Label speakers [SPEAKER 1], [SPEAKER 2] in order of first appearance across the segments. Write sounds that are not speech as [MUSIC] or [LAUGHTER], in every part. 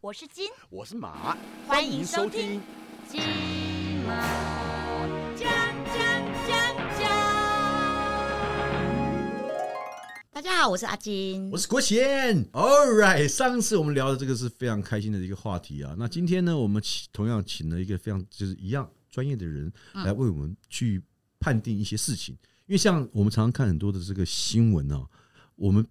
[SPEAKER 1] 我是金，
[SPEAKER 2] 我是马，
[SPEAKER 1] 欢迎收听。金马奖奖奖奖。大家好，我是阿金
[SPEAKER 3] 我。是国贤。All right，上次我们聊的这个是非常开心的一个话题啊。那今天呢，我们请同样请了一个非常就是一样专业的人
[SPEAKER 1] 嗯
[SPEAKER 3] 来为我们去判定一些事情，因为像我们常常看很多的这个新闻啊，我们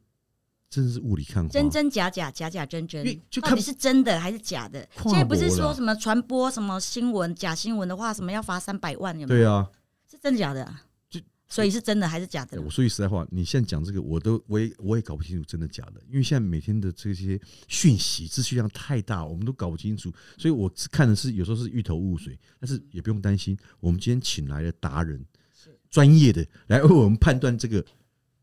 [SPEAKER 3] 真的是雾里看花。
[SPEAKER 1] 真真假假，假假真真
[SPEAKER 3] 因为，就
[SPEAKER 1] 到
[SPEAKER 3] 看
[SPEAKER 1] 底是真的还是假的？
[SPEAKER 3] 跨
[SPEAKER 1] 现在不是
[SPEAKER 3] 国了
[SPEAKER 1] 说什么传播什么新闻、假新闻的话，什么要罚三百万，有没有？
[SPEAKER 3] 对啊，
[SPEAKER 1] 是真的假的、啊
[SPEAKER 3] 就？
[SPEAKER 1] 所以是真的还是假的？
[SPEAKER 3] 我说句实在话，你现在讲这个，我都我也我也搞不清楚真的假的，因为现在每天的这些讯息资讯量太大，我们都搞不清楚，所以我只看的是有时候是一头雾水，但是也不用担心，我们今天请来了达人，专业的来为我们判断这个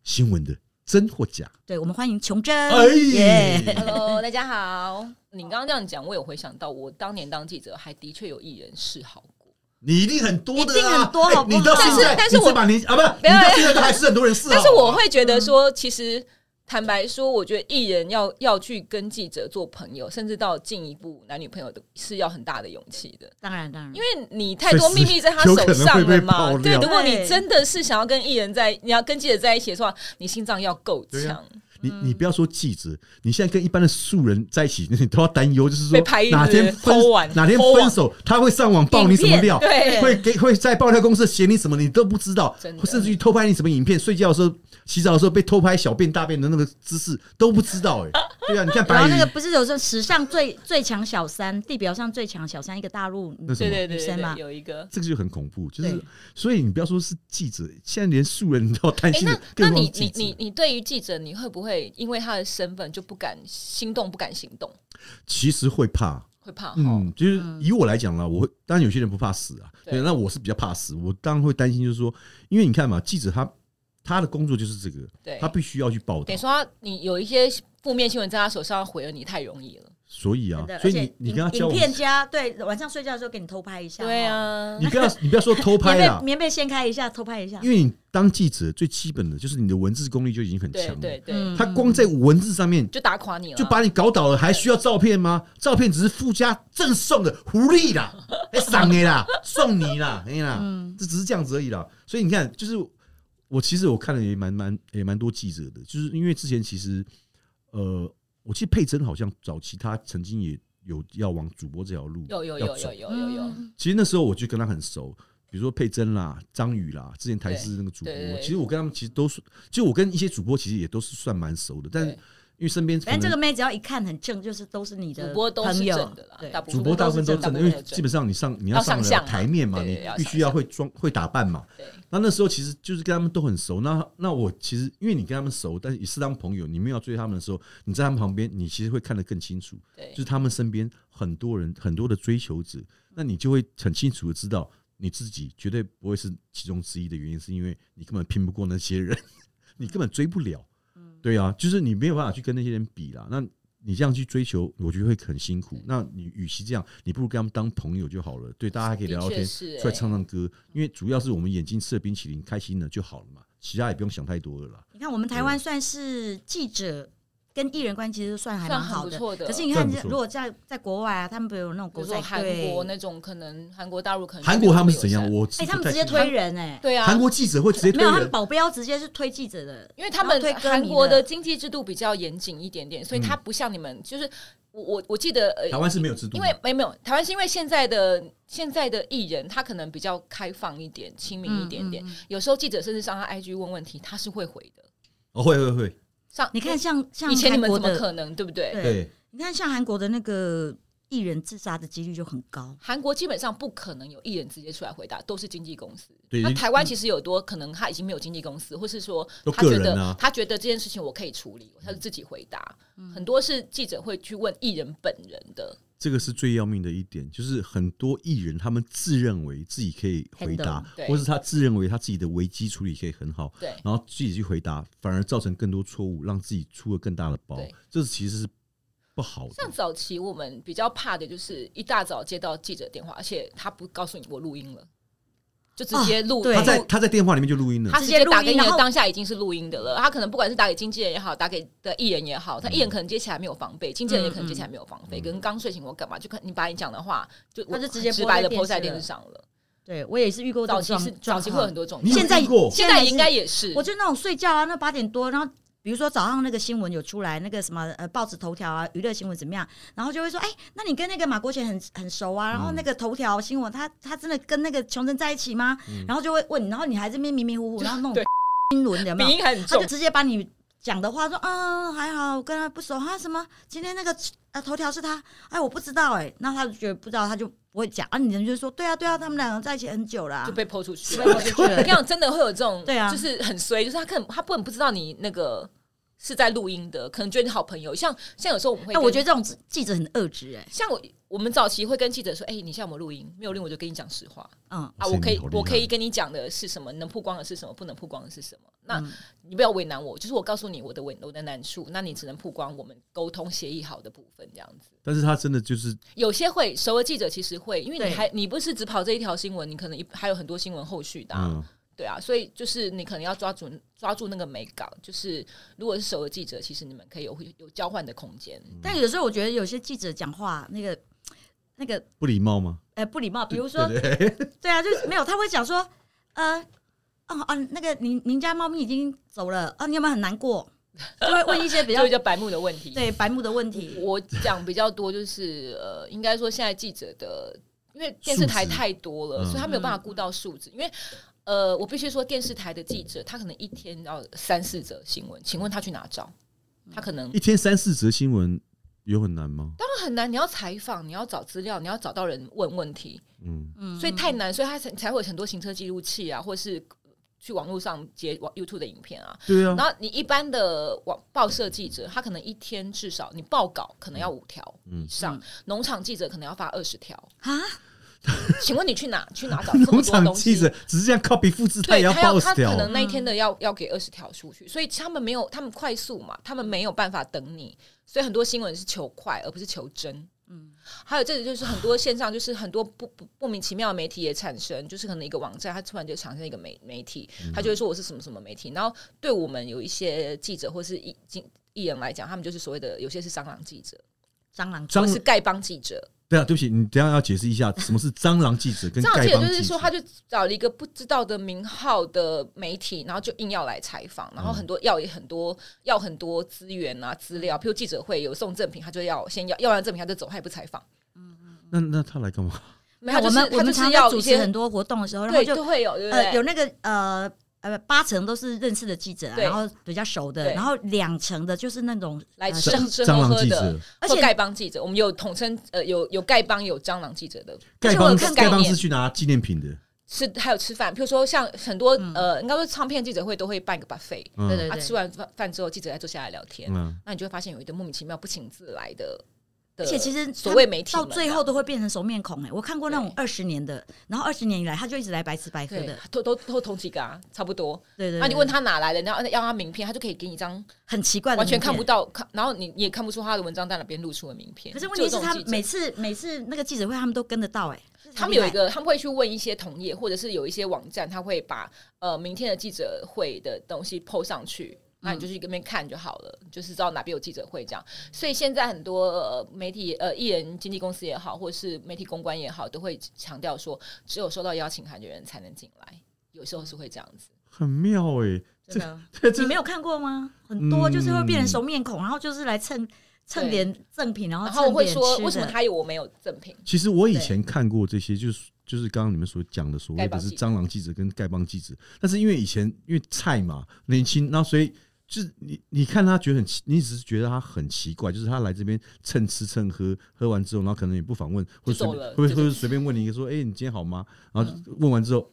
[SPEAKER 3] 新闻的真或假。
[SPEAKER 1] 对，我们欢迎琼珍。
[SPEAKER 4] 嗯
[SPEAKER 3] 哎
[SPEAKER 1] 耶，
[SPEAKER 4] [LAUGHS] Hello，大家好。你刚刚这样讲，我有回想到，我当年当记者，还的确有艺人示好过。
[SPEAKER 3] 你一定很多的、
[SPEAKER 1] 一
[SPEAKER 3] 啊，
[SPEAKER 1] 定很多好不好
[SPEAKER 3] 哎你到现在，
[SPEAKER 4] 但是但是我
[SPEAKER 3] 你这把年纪啊，不是，你
[SPEAKER 4] 没有
[SPEAKER 3] 到现在都还是很多人是，啊哦
[SPEAKER 4] 但是我会觉得说，其实坦白说，我觉得艺人要要去跟记者做朋友，甚至到进一步男女朋友的，是要很大的勇气
[SPEAKER 2] 嗯
[SPEAKER 4] 的。
[SPEAKER 1] 当然当然，
[SPEAKER 4] 因
[SPEAKER 3] 哎
[SPEAKER 4] 为你太多秘密在他手上了
[SPEAKER 3] 随
[SPEAKER 4] 嘛
[SPEAKER 3] 时有可能会被爆料。
[SPEAKER 4] 对，如果
[SPEAKER 1] 对
[SPEAKER 4] 你真的是想要跟艺人在，你要跟记者在一起的话，你心脏要够
[SPEAKER 3] 对
[SPEAKER 4] 强
[SPEAKER 3] 啊。你
[SPEAKER 4] 嗯
[SPEAKER 3] 你不要说记者，你现在跟一般的素人在一起，你都要担忧，就是说
[SPEAKER 4] 被拍
[SPEAKER 3] 哪天
[SPEAKER 4] 是不是
[SPEAKER 3] 分
[SPEAKER 4] 偷玩
[SPEAKER 3] 哪天
[SPEAKER 4] 偷网
[SPEAKER 3] 分手，他会上网爆你什么料，
[SPEAKER 4] 影片对
[SPEAKER 3] 会给会在爆料公司写你什么，你都不知道
[SPEAKER 4] 真，的
[SPEAKER 3] 甚至于偷拍你什么影片，睡觉的时候、洗澡的时候被偷拍小便、大便的那个姿势都不知
[SPEAKER 4] [LAUGHS]
[SPEAKER 3] 道、哎，对啊，你看
[SPEAKER 1] 然
[SPEAKER 3] 白
[SPEAKER 1] 后
[SPEAKER 3] 宇
[SPEAKER 1] 那个不是有时候史上最最强小三，地表上最强小三，一个大陆
[SPEAKER 3] 那什
[SPEAKER 4] 对
[SPEAKER 3] 么
[SPEAKER 4] 对对
[SPEAKER 1] 女
[SPEAKER 4] 对
[SPEAKER 1] 生嘛
[SPEAKER 4] 对，有一个。
[SPEAKER 3] 这个就很恐怖，就是
[SPEAKER 1] 对
[SPEAKER 3] 所以你不要说是记者，现在连素人都要担
[SPEAKER 4] 哎、
[SPEAKER 3] 心
[SPEAKER 4] 那
[SPEAKER 3] 的，
[SPEAKER 4] 那
[SPEAKER 3] 更何
[SPEAKER 4] 你
[SPEAKER 3] 况记
[SPEAKER 4] 你
[SPEAKER 3] 者
[SPEAKER 4] 你你对于记者，你会不会因为他的身份就不敢心动，不敢行动，
[SPEAKER 3] 其实会怕，
[SPEAKER 4] 会怕哈？
[SPEAKER 3] 嗯，就是以我来讲啦，我会当然有些人不怕死啊，
[SPEAKER 4] 对
[SPEAKER 3] 对，那我是比较怕死，我当然会担心，就是说，因为你看嘛，记者他他的工作就是这个，
[SPEAKER 4] 对
[SPEAKER 3] 他必须要去报道
[SPEAKER 4] 等于，说他，你有一些负面新闻在他手上毁了你太容易了。
[SPEAKER 3] 所以啊
[SPEAKER 1] 真的，，
[SPEAKER 3] 所
[SPEAKER 1] 而
[SPEAKER 3] 以
[SPEAKER 1] 且
[SPEAKER 3] 你你
[SPEAKER 1] 影
[SPEAKER 3] 跟他交
[SPEAKER 1] 影
[SPEAKER 3] 往，
[SPEAKER 1] 片家对晚上睡觉的时候给你偷拍一下，
[SPEAKER 4] 对
[SPEAKER 1] 哦，
[SPEAKER 4] 啊，
[SPEAKER 3] 你不要你不要说偷
[SPEAKER 1] [LAUGHS] 棉
[SPEAKER 3] 拍啦啊
[SPEAKER 1] 被，棉被掀开一下，偷拍一下
[SPEAKER 3] 因，为你当记者最基本的就是你的文字功力就已经很
[SPEAKER 4] 对啊
[SPEAKER 3] 强
[SPEAKER 4] 对
[SPEAKER 3] 了，
[SPEAKER 4] 对，
[SPEAKER 1] 嗯
[SPEAKER 3] 他光在文字上面
[SPEAKER 4] 就打垮你了。
[SPEAKER 3] 就把你搞倒了，还需要照片吗？照片只是附加赠送的，狐狸
[SPEAKER 4] [LAUGHS]
[SPEAKER 3] 啦，哎，赏你啦，送你啦，哎啦，
[SPEAKER 4] 嗯
[SPEAKER 3] 这只是这样子而已啦。所以你看，就是我其实我看了也蛮蛮也蛮多记者的，就是因为之前其实呃，我记得佩珍好像早期她曾经也有要往主播这条路
[SPEAKER 4] 有有
[SPEAKER 3] 要
[SPEAKER 4] 有
[SPEAKER 3] 走
[SPEAKER 4] 有有有
[SPEAKER 1] 嗯
[SPEAKER 4] 有，
[SPEAKER 3] 其实那时候我就跟他很熟，比如说佩珍啦、张宇啦，之前台视那个主播
[SPEAKER 4] 对对，对
[SPEAKER 3] 其实我跟他们其实都是，就我跟一些主播其实也都是算蛮熟的，但
[SPEAKER 4] 对
[SPEAKER 3] 因为身边可
[SPEAKER 1] 反正
[SPEAKER 3] 能
[SPEAKER 1] 这个妹只要一看很正，就是都是你的
[SPEAKER 4] 主播都是
[SPEAKER 1] 朋友
[SPEAKER 4] 正的啦
[SPEAKER 1] 对，
[SPEAKER 4] 大部
[SPEAKER 3] 主播大部分都
[SPEAKER 4] 大
[SPEAKER 3] 正的，
[SPEAKER 4] 部分
[SPEAKER 3] 因
[SPEAKER 4] 都
[SPEAKER 3] 为
[SPEAKER 4] 是
[SPEAKER 3] 基
[SPEAKER 4] 正
[SPEAKER 3] 本
[SPEAKER 4] 的
[SPEAKER 3] 上你上你要上了
[SPEAKER 4] 要上相嘛
[SPEAKER 3] 台面嘛，
[SPEAKER 4] 对
[SPEAKER 3] 你
[SPEAKER 4] 要上
[SPEAKER 3] 必须要会装会打扮嘛。
[SPEAKER 4] 对
[SPEAKER 3] 那那时候其实就是跟他们都很熟。那那我其实因为你跟他们熟，但是也是当朋友，你没有追他们的时候，你在他们旁边，你其实会看得更清楚，
[SPEAKER 4] 对
[SPEAKER 3] 就是他们身边很多人很多的追求者，那你就会很清楚的知道你自己绝对不会是其中之一的原因，是因为你根本拼不过那些人， [LAUGHS] 你根本追不了。
[SPEAKER 4] 嗯
[SPEAKER 3] 对啊，就是你没有办法去跟那些人比啦。那你这样去追求，我觉得会很辛苦。那你与其这样，你不如跟他们当朋友就好了。对，大家还可以聊聊
[SPEAKER 4] 的确
[SPEAKER 3] 天，
[SPEAKER 4] 是欸
[SPEAKER 3] 出来唱唱歌，因为主要是我们眼睛吃了冰淇淋，开心了就好了嘛，其他也不用想太多了啦。
[SPEAKER 1] 你看我们台
[SPEAKER 4] 嗯
[SPEAKER 1] 湾算是记者跟艺人关系其实算还蛮
[SPEAKER 4] 算
[SPEAKER 1] 好
[SPEAKER 4] 很不
[SPEAKER 1] 的，
[SPEAKER 4] 错的。
[SPEAKER 1] 可是你看
[SPEAKER 3] 算不，错
[SPEAKER 1] 如果在在国外啊，他们不是有那种
[SPEAKER 4] 比
[SPEAKER 1] 狗
[SPEAKER 4] 如
[SPEAKER 1] 仔
[SPEAKER 4] 说韩
[SPEAKER 1] 队
[SPEAKER 4] 国，那种，可能韩国大陆可能
[SPEAKER 3] 韩国他们是怎
[SPEAKER 4] 没
[SPEAKER 3] 样？
[SPEAKER 4] 有这么友
[SPEAKER 3] 我是
[SPEAKER 1] 哎，他
[SPEAKER 3] 不
[SPEAKER 1] 们
[SPEAKER 3] 太
[SPEAKER 1] 直接
[SPEAKER 3] 清楚
[SPEAKER 1] 推人哎
[SPEAKER 4] 善？，对啊，
[SPEAKER 3] 韩国记者会直接推
[SPEAKER 1] 没有，他们
[SPEAKER 3] 人，
[SPEAKER 1] 保镖直接是推记者的，
[SPEAKER 4] 因为他
[SPEAKER 1] 然后
[SPEAKER 4] 们
[SPEAKER 1] 推歌
[SPEAKER 4] 韩
[SPEAKER 1] 迷
[SPEAKER 4] 国
[SPEAKER 1] 的
[SPEAKER 4] 的经济制度比较严谨一点点，
[SPEAKER 3] 嗯
[SPEAKER 4] 所以它不像你们，就是我我我记得呃
[SPEAKER 3] 台，湾是没有制度
[SPEAKER 4] 因
[SPEAKER 3] 的，
[SPEAKER 4] 为没有没有台湾是因为现在的现在的艺人他可能比较开放一点、亲民
[SPEAKER 1] 嗯
[SPEAKER 4] 一点
[SPEAKER 2] 嗯
[SPEAKER 4] 点，有时候记者甚至上他 IG 问问题，他是会回的。
[SPEAKER 3] 哦会会会，
[SPEAKER 4] 上
[SPEAKER 1] 你看像像
[SPEAKER 4] 以前你
[SPEAKER 1] 韩
[SPEAKER 4] 们
[SPEAKER 1] 国
[SPEAKER 4] 怎么
[SPEAKER 1] 的，
[SPEAKER 4] 可能对不对？
[SPEAKER 1] 对
[SPEAKER 3] 对，
[SPEAKER 1] 你看像韩国的那个艺人自杀的几率就很高，
[SPEAKER 4] 韩国基本上不可能有艺人直接出来回答，都是经纪公司。
[SPEAKER 3] 对
[SPEAKER 4] 那
[SPEAKER 3] 你
[SPEAKER 4] 台湾其实有多可能他已经没有经纪公司，或是说
[SPEAKER 3] 都
[SPEAKER 4] 他觉
[SPEAKER 3] 个人
[SPEAKER 4] 得、
[SPEAKER 3] 啊
[SPEAKER 4] 他觉得这件事情我可以处理，他就自己回答。很多是记者会去问艺人本人的，
[SPEAKER 3] 这个是最要命的一点，就是很多艺人他们自认为自己可以回答
[SPEAKER 1] Handle，
[SPEAKER 4] 对
[SPEAKER 3] 或是他自认为他自己的危机处理可以很好，
[SPEAKER 4] 对
[SPEAKER 3] 然后自己去回答，反而造成更多错误，让自己出了更大的包
[SPEAKER 4] 对，
[SPEAKER 3] 这其实是不好的
[SPEAKER 4] 像。早期我们比较怕的就是一大早接到记者电话，而且他不告诉你我录音了，就直接录。
[SPEAKER 2] 啊对
[SPEAKER 3] 他在
[SPEAKER 4] 录
[SPEAKER 3] 他在电话里面就录音了
[SPEAKER 4] 他，直接打
[SPEAKER 2] 直接录
[SPEAKER 4] 给你
[SPEAKER 2] 音然
[SPEAKER 4] 的
[SPEAKER 2] 后
[SPEAKER 4] 当下已经是录音的了。他可能不管是打给经纪人也好，打给的艺人也好，
[SPEAKER 3] 嗯
[SPEAKER 4] 他艺人可能接起来没有防备，经纪
[SPEAKER 2] 嗯
[SPEAKER 4] 人也可能接起来没有防备，跟刚睡醒我干嘛？就看你把你讲的话，就
[SPEAKER 2] 他就直接
[SPEAKER 4] 直白的
[SPEAKER 2] 播
[SPEAKER 4] 播
[SPEAKER 2] 在
[SPEAKER 4] 在
[SPEAKER 2] 电视
[SPEAKER 4] 电视上了。
[SPEAKER 2] 对我也是预购
[SPEAKER 4] 早期是早期会有很
[SPEAKER 2] 多，
[SPEAKER 4] 多种
[SPEAKER 3] 你
[SPEAKER 4] 状
[SPEAKER 2] 现
[SPEAKER 3] 有
[SPEAKER 4] 况，
[SPEAKER 2] 在
[SPEAKER 3] 遇过
[SPEAKER 4] 现在应该也是
[SPEAKER 2] 我。就那种睡觉啊，那八点多，然后比如说早上那个新闻有出来，那个什么呃报纸头条啊，娱乐新闻怎么样，然后就会说，哎、那你跟那个马国贤很很熟啊，然后那个头条新闻，他他真的跟那个穷人在一起吗？
[SPEAKER 3] 嗯
[SPEAKER 2] 然后就会问你，然后你还这边迷迷糊糊，然后弄
[SPEAKER 4] 对
[SPEAKER 2] 英伦有没
[SPEAKER 4] 鼻
[SPEAKER 2] 有？
[SPEAKER 4] 音很
[SPEAKER 2] 他
[SPEAKER 4] 重
[SPEAKER 2] 就，直接把你讲的话说，嗯，还好，我跟他不熟啊，什么今天那个呃头条是他，哎，我不知道哎、那他就觉得不知道，他就不会讲啊，你人就说对啊对啊，他们两个在一起很久了、啊
[SPEAKER 4] 就，被泼出
[SPEAKER 2] [LAUGHS]
[SPEAKER 4] 去。
[SPEAKER 2] 被泼出去了
[SPEAKER 4] 我跟你讲，真的会有这种，
[SPEAKER 2] 对啊
[SPEAKER 4] 就是很衰，就是他可能他不能不知道你那个是在录音的，可能觉得你好朋友。像像有时候我们会
[SPEAKER 2] 哎，
[SPEAKER 4] 跟，
[SPEAKER 2] 我觉得这种记者很恶质哎、
[SPEAKER 4] 像我我们早期会跟记者说，哎，你现在有没有录音？没有录音，我就跟你讲实话
[SPEAKER 2] 嗯
[SPEAKER 4] 啊，
[SPEAKER 3] 哇塞
[SPEAKER 4] 我可
[SPEAKER 3] 你
[SPEAKER 4] 以
[SPEAKER 3] 好厉害
[SPEAKER 4] 我可以跟你讲的是什么，能曝光的是什么，不能曝光的是什么。那
[SPEAKER 2] 嗯
[SPEAKER 4] 你不要为难我，就是我告诉你我的委我的难处，那你只能曝光我们沟通协议好的部分，这样子。
[SPEAKER 3] 但是他真的就是
[SPEAKER 4] 有些会，首尔记者其实会，因为
[SPEAKER 2] 对
[SPEAKER 4] 你还你不是只跑这一条新闻，你可能一还有很多新闻后续的啊、
[SPEAKER 3] 嗯，
[SPEAKER 4] 对啊，所以就是你可能要抓住抓住那个美感，就是如果是首尔记者，其实你们可以有有交换的空间。
[SPEAKER 2] 但有时候我觉得有些记者讲话那个那个
[SPEAKER 3] 不礼貌吗？
[SPEAKER 2] 呃不礼貌，比如说
[SPEAKER 3] 对不对
[SPEAKER 2] [LAUGHS] 对啊，就是没有他会讲说呃哦哦那个您您家猫咪已经走了啊，你有没有很难过？就会问一些比较
[SPEAKER 4] [LAUGHS] 就叫白目的问题。
[SPEAKER 2] 对白目的问题，
[SPEAKER 4] 我讲比较多就是呃，应该说现在记者的，因为电视台
[SPEAKER 3] 数值
[SPEAKER 4] 太多了，
[SPEAKER 3] 嗯
[SPEAKER 4] 所以他没有办法顾到数字，因为。呃，我必须说，电视台的记者他可能一天要三四则新闻，请问他去哪找？他可能
[SPEAKER 3] 一天三四则新闻有很难吗？
[SPEAKER 4] 当然很难，你要采访，你要找资料，你要找到人问问题，
[SPEAKER 3] 嗯，
[SPEAKER 2] 嗯
[SPEAKER 4] 所以太难，所以他才才会有很多行车记录器啊，或是去网络上截网 YouTube 的影片啊。
[SPEAKER 3] 对
[SPEAKER 2] 嗯
[SPEAKER 3] 啊
[SPEAKER 4] 然，后你一般的网报社记者，他可能一天至少你报稿可能要五条
[SPEAKER 3] 嗯
[SPEAKER 4] 以上
[SPEAKER 2] 嗯，
[SPEAKER 4] 农、场记者可能要发二十条。
[SPEAKER 2] 啊。
[SPEAKER 4] [LAUGHS] 请问你去哪去哪
[SPEAKER 3] [LAUGHS]
[SPEAKER 4] 找这
[SPEAKER 3] 农
[SPEAKER 4] 么多
[SPEAKER 3] 场
[SPEAKER 4] 东西
[SPEAKER 3] 记？者只是这样 copy 复 [LAUGHS] 制，
[SPEAKER 4] 对
[SPEAKER 3] 也要
[SPEAKER 4] 他要
[SPEAKER 3] 报
[SPEAKER 4] 他可
[SPEAKER 3] 掉
[SPEAKER 4] 能。那一天的要、要给二十条出去，所以他们没有他们快速嘛，他们没有办法等你，所以很多新闻是求快而不是求真。
[SPEAKER 2] 嗯
[SPEAKER 4] 还有这个就是很多线上，就是很多不不莫名其妙的媒体也产生，就是可能一个网站，它突然就产生一个媒媒体，
[SPEAKER 3] 嗯
[SPEAKER 4] 他就会说我是什么什么媒体，然后对我们有一些记者或是艺经艺人来讲，他们就是所谓的有些是蟑螂记者，
[SPEAKER 2] 蟑螂
[SPEAKER 3] 蟑
[SPEAKER 4] 或是丐帮记者。
[SPEAKER 3] 对啊，对不起，你等一下要解释一下什么是蟑螂记者跟
[SPEAKER 4] 蟑螂记
[SPEAKER 3] 丐
[SPEAKER 4] 者
[SPEAKER 3] 帮
[SPEAKER 4] 就
[SPEAKER 3] 记者
[SPEAKER 4] 是说，。他就找了一个不知道的名号的媒体，然后就硬要来采访，
[SPEAKER 3] 嗯
[SPEAKER 4] 然后很多要也很多要很多资源啊资料，譬如记者会有送赠品，他就要先要要完赠品他就走，他也不采访。
[SPEAKER 3] 那那他来干嘛？
[SPEAKER 4] 没
[SPEAKER 2] 我们我
[SPEAKER 4] 他就
[SPEAKER 2] 们
[SPEAKER 4] 是
[SPEAKER 2] 常
[SPEAKER 4] 要
[SPEAKER 2] 常
[SPEAKER 4] 有
[SPEAKER 2] 主
[SPEAKER 4] 一
[SPEAKER 2] 持
[SPEAKER 4] 些
[SPEAKER 2] 很多活动的时候，然后
[SPEAKER 4] 对
[SPEAKER 2] 就
[SPEAKER 4] 都会有，对不对？
[SPEAKER 2] 呃有那个呃呃八成都是认识的记者啊，
[SPEAKER 4] 对
[SPEAKER 2] 然后比较熟的，
[SPEAKER 4] 对
[SPEAKER 2] 然后两成的就是那种
[SPEAKER 4] 来
[SPEAKER 2] 呃
[SPEAKER 4] 吃
[SPEAKER 2] 生
[SPEAKER 4] 生
[SPEAKER 3] 蟑
[SPEAKER 4] 吃
[SPEAKER 3] 蟑
[SPEAKER 4] 喝
[SPEAKER 3] 螂
[SPEAKER 4] 喝
[SPEAKER 3] 记
[SPEAKER 4] 的
[SPEAKER 3] 者，、
[SPEAKER 2] 而
[SPEAKER 4] 或
[SPEAKER 2] 且
[SPEAKER 4] 丐帮记者，我们有统称呃有有丐帮有蟑螂记者的，
[SPEAKER 2] 而
[SPEAKER 3] 丐
[SPEAKER 2] 且我有
[SPEAKER 3] 帮
[SPEAKER 2] 看
[SPEAKER 3] 丐
[SPEAKER 4] 概
[SPEAKER 3] 帮
[SPEAKER 4] 念
[SPEAKER 3] 是去拿纪念品的。
[SPEAKER 4] 吃还有吃饭，譬如说像很多、呃应该说唱片记者会都会办一个 buffet，
[SPEAKER 3] 嗯
[SPEAKER 2] 嗯对对
[SPEAKER 4] 啊吃完饭饭之后记者再坐下来聊天，
[SPEAKER 3] 嗯，
[SPEAKER 4] 那你就会发现有一个莫名其妙不请自来的，的
[SPEAKER 2] 而且其实
[SPEAKER 4] 所谓媒体
[SPEAKER 2] 到
[SPEAKER 4] 们
[SPEAKER 2] 最
[SPEAKER 4] 啊
[SPEAKER 2] 后都会变成熟面孔哎、我看过那种
[SPEAKER 4] 对
[SPEAKER 2] 二十年的，然后二十年以来他就一直来白吃白喝
[SPEAKER 4] 对
[SPEAKER 2] 的，
[SPEAKER 4] 都都都同几个啊，差不多。
[SPEAKER 2] 对对
[SPEAKER 4] 那你问
[SPEAKER 2] 对
[SPEAKER 4] 他哪来的，然后要他名片，他就可以给你一张
[SPEAKER 2] 很奇怪的，
[SPEAKER 4] 完全看不。到，看然后你你也看不出他的文章在哪边露出的名片。
[SPEAKER 2] 可是问题
[SPEAKER 4] 就是有这
[SPEAKER 2] 他
[SPEAKER 4] 种记者
[SPEAKER 2] 每次每次那个记者会他们都跟得到哎、
[SPEAKER 4] 他们有一个，他们会去问一些同业，或者是有一些网站，他会把呃明天的记者会的东西 PO 上去，那
[SPEAKER 2] 嗯
[SPEAKER 4] 你就去那边看就好了，就是知道哪边有记者会这样。所以现在很多呃媒体呃艺人经纪公司也好，或是媒体公关也好，都会强调说，只有收到邀请函的人才能进来，有时候是会这样子。
[SPEAKER 3] 很妙哎、
[SPEAKER 2] 真
[SPEAKER 4] [LAUGHS]
[SPEAKER 2] 的
[SPEAKER 3] [LAUGHS] 这
[SPEAKER 2] 你
[SPEAKER 3] 这
[SPEAKER 2] 没有看过吗？很多就是会变成
[SPEAKER 3] 嗯
[SPEAKER 2] 熟面孔，然后就是来蹭蹭
[SPEAKER 4] 对
[SPEAKER 2] 点赠品，然后
[SPEAKER 4] 然
[SPEAKER 2] 蹭
[SPEAKER 4] 后会
[SPEAKER 2] 哦点
[SPEAKER 4] 说，
[SPEAKER 2] 吃
[SPEAKER 4] 为什么
[SPEAKER 2] 的
[SPEAKER 4] 他有我没有赠品？
[SPEAKER 3] 其实我以前看过这些，就是就是刚刚你们所讲的所谓
[SPEAKER 4] 丐
[SPEAKER 3] 的
[SPEAKER 4] 帮
[SPEAKER 3] 是
[SPEAKER 4] 记者
[SPEAKER 3] 蟑螂记者跟丐帮记者，但是因为以前因为菜嘛年轻，然后所以就是你你看他觉得很奇，你只是觉得他很奇怪，就是他来这边蹭吃蹭喝，喝完之后，然后可能也不访问，或者随
[SPEAKER 4] 就走嗯
[SPEAKER 3] 便
[SPEAKER 4] 了
[SPEAKER 3] 或者
[SPEAKER 4] 就
[SPEAKER 3] 或者随便问你一个说，哎、你今天好吗？然后问完之后，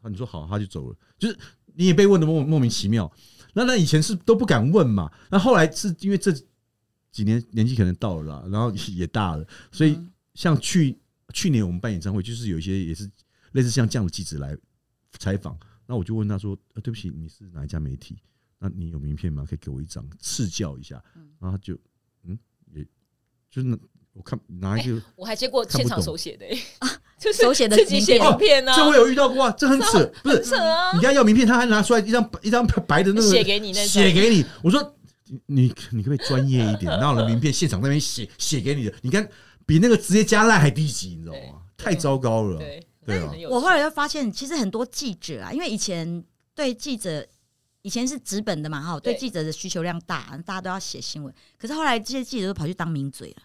[SPEAKER 3] 啊你说好，他就走了，就是你也被问的莫莫名其妙。那那以前是都不敢问嘛，那后来是因为这几年年纪可能到了啦，然后也大了，所
[SPEAKER 4] 嗯
[SPEAKER 3] 以像去去年我们办演唱会，就是有一些也是类似像这样的记者来采访，那我就问他说：“呃，对不起，你是哪一家媒体？那你有名片吗？可以给我一张，赐教一下。”然后他就嗯嗯，也就是那我看拿一个，
[SPEAKER 4] [LAUGHS] 我还接过
[SPEAKER 3] 看不
[SPEAKER 4] 现场
[SPEAKER 3] 懂
[SPEAKER 2] [LAUGHS]
[SPEAKER 4] 手写的、欸，就是
[SPEAKER 2] 啊手写的
[SPEAKER 4] 自己
[SPEAKER 2] 名
[SPEAKER 4] 写
[SPEAKER 2] 片
[SPEAKER 4] 名片呢、
[SPEAKER 3] 哦这我有遇到过啊，这很扯，不是
[SPEAKER 4] 很扯啊
[SPEAKER 3] 你！跟他要名片，他还拿出来一张一张白的那个
[SPEAKER 4] 写给你那种
[SPEAKER 3] 写给你。我说你你你可不可以专业一
[SPEAKER 4] [LAUGHS]
[SPEAKER 3] 点？拿我的名片现场那边写写给你的，你看比那个直接加烂还低级，你知道吗？太糟糕了。
[SPEAKER 4] 对
[SPEAKER 3] 对啊
[SPEAKER 4] 很有
[SPEAKER 2] 我后来就发现，其实很多记者啊，因为以前对记者以前是纸本的嘛，哈，对
[SPEAKER 4] 对
[SPEAKER 2] 记者的需求量大，大家都要写新闻。可是后来这些记者都跑去当名嘴了，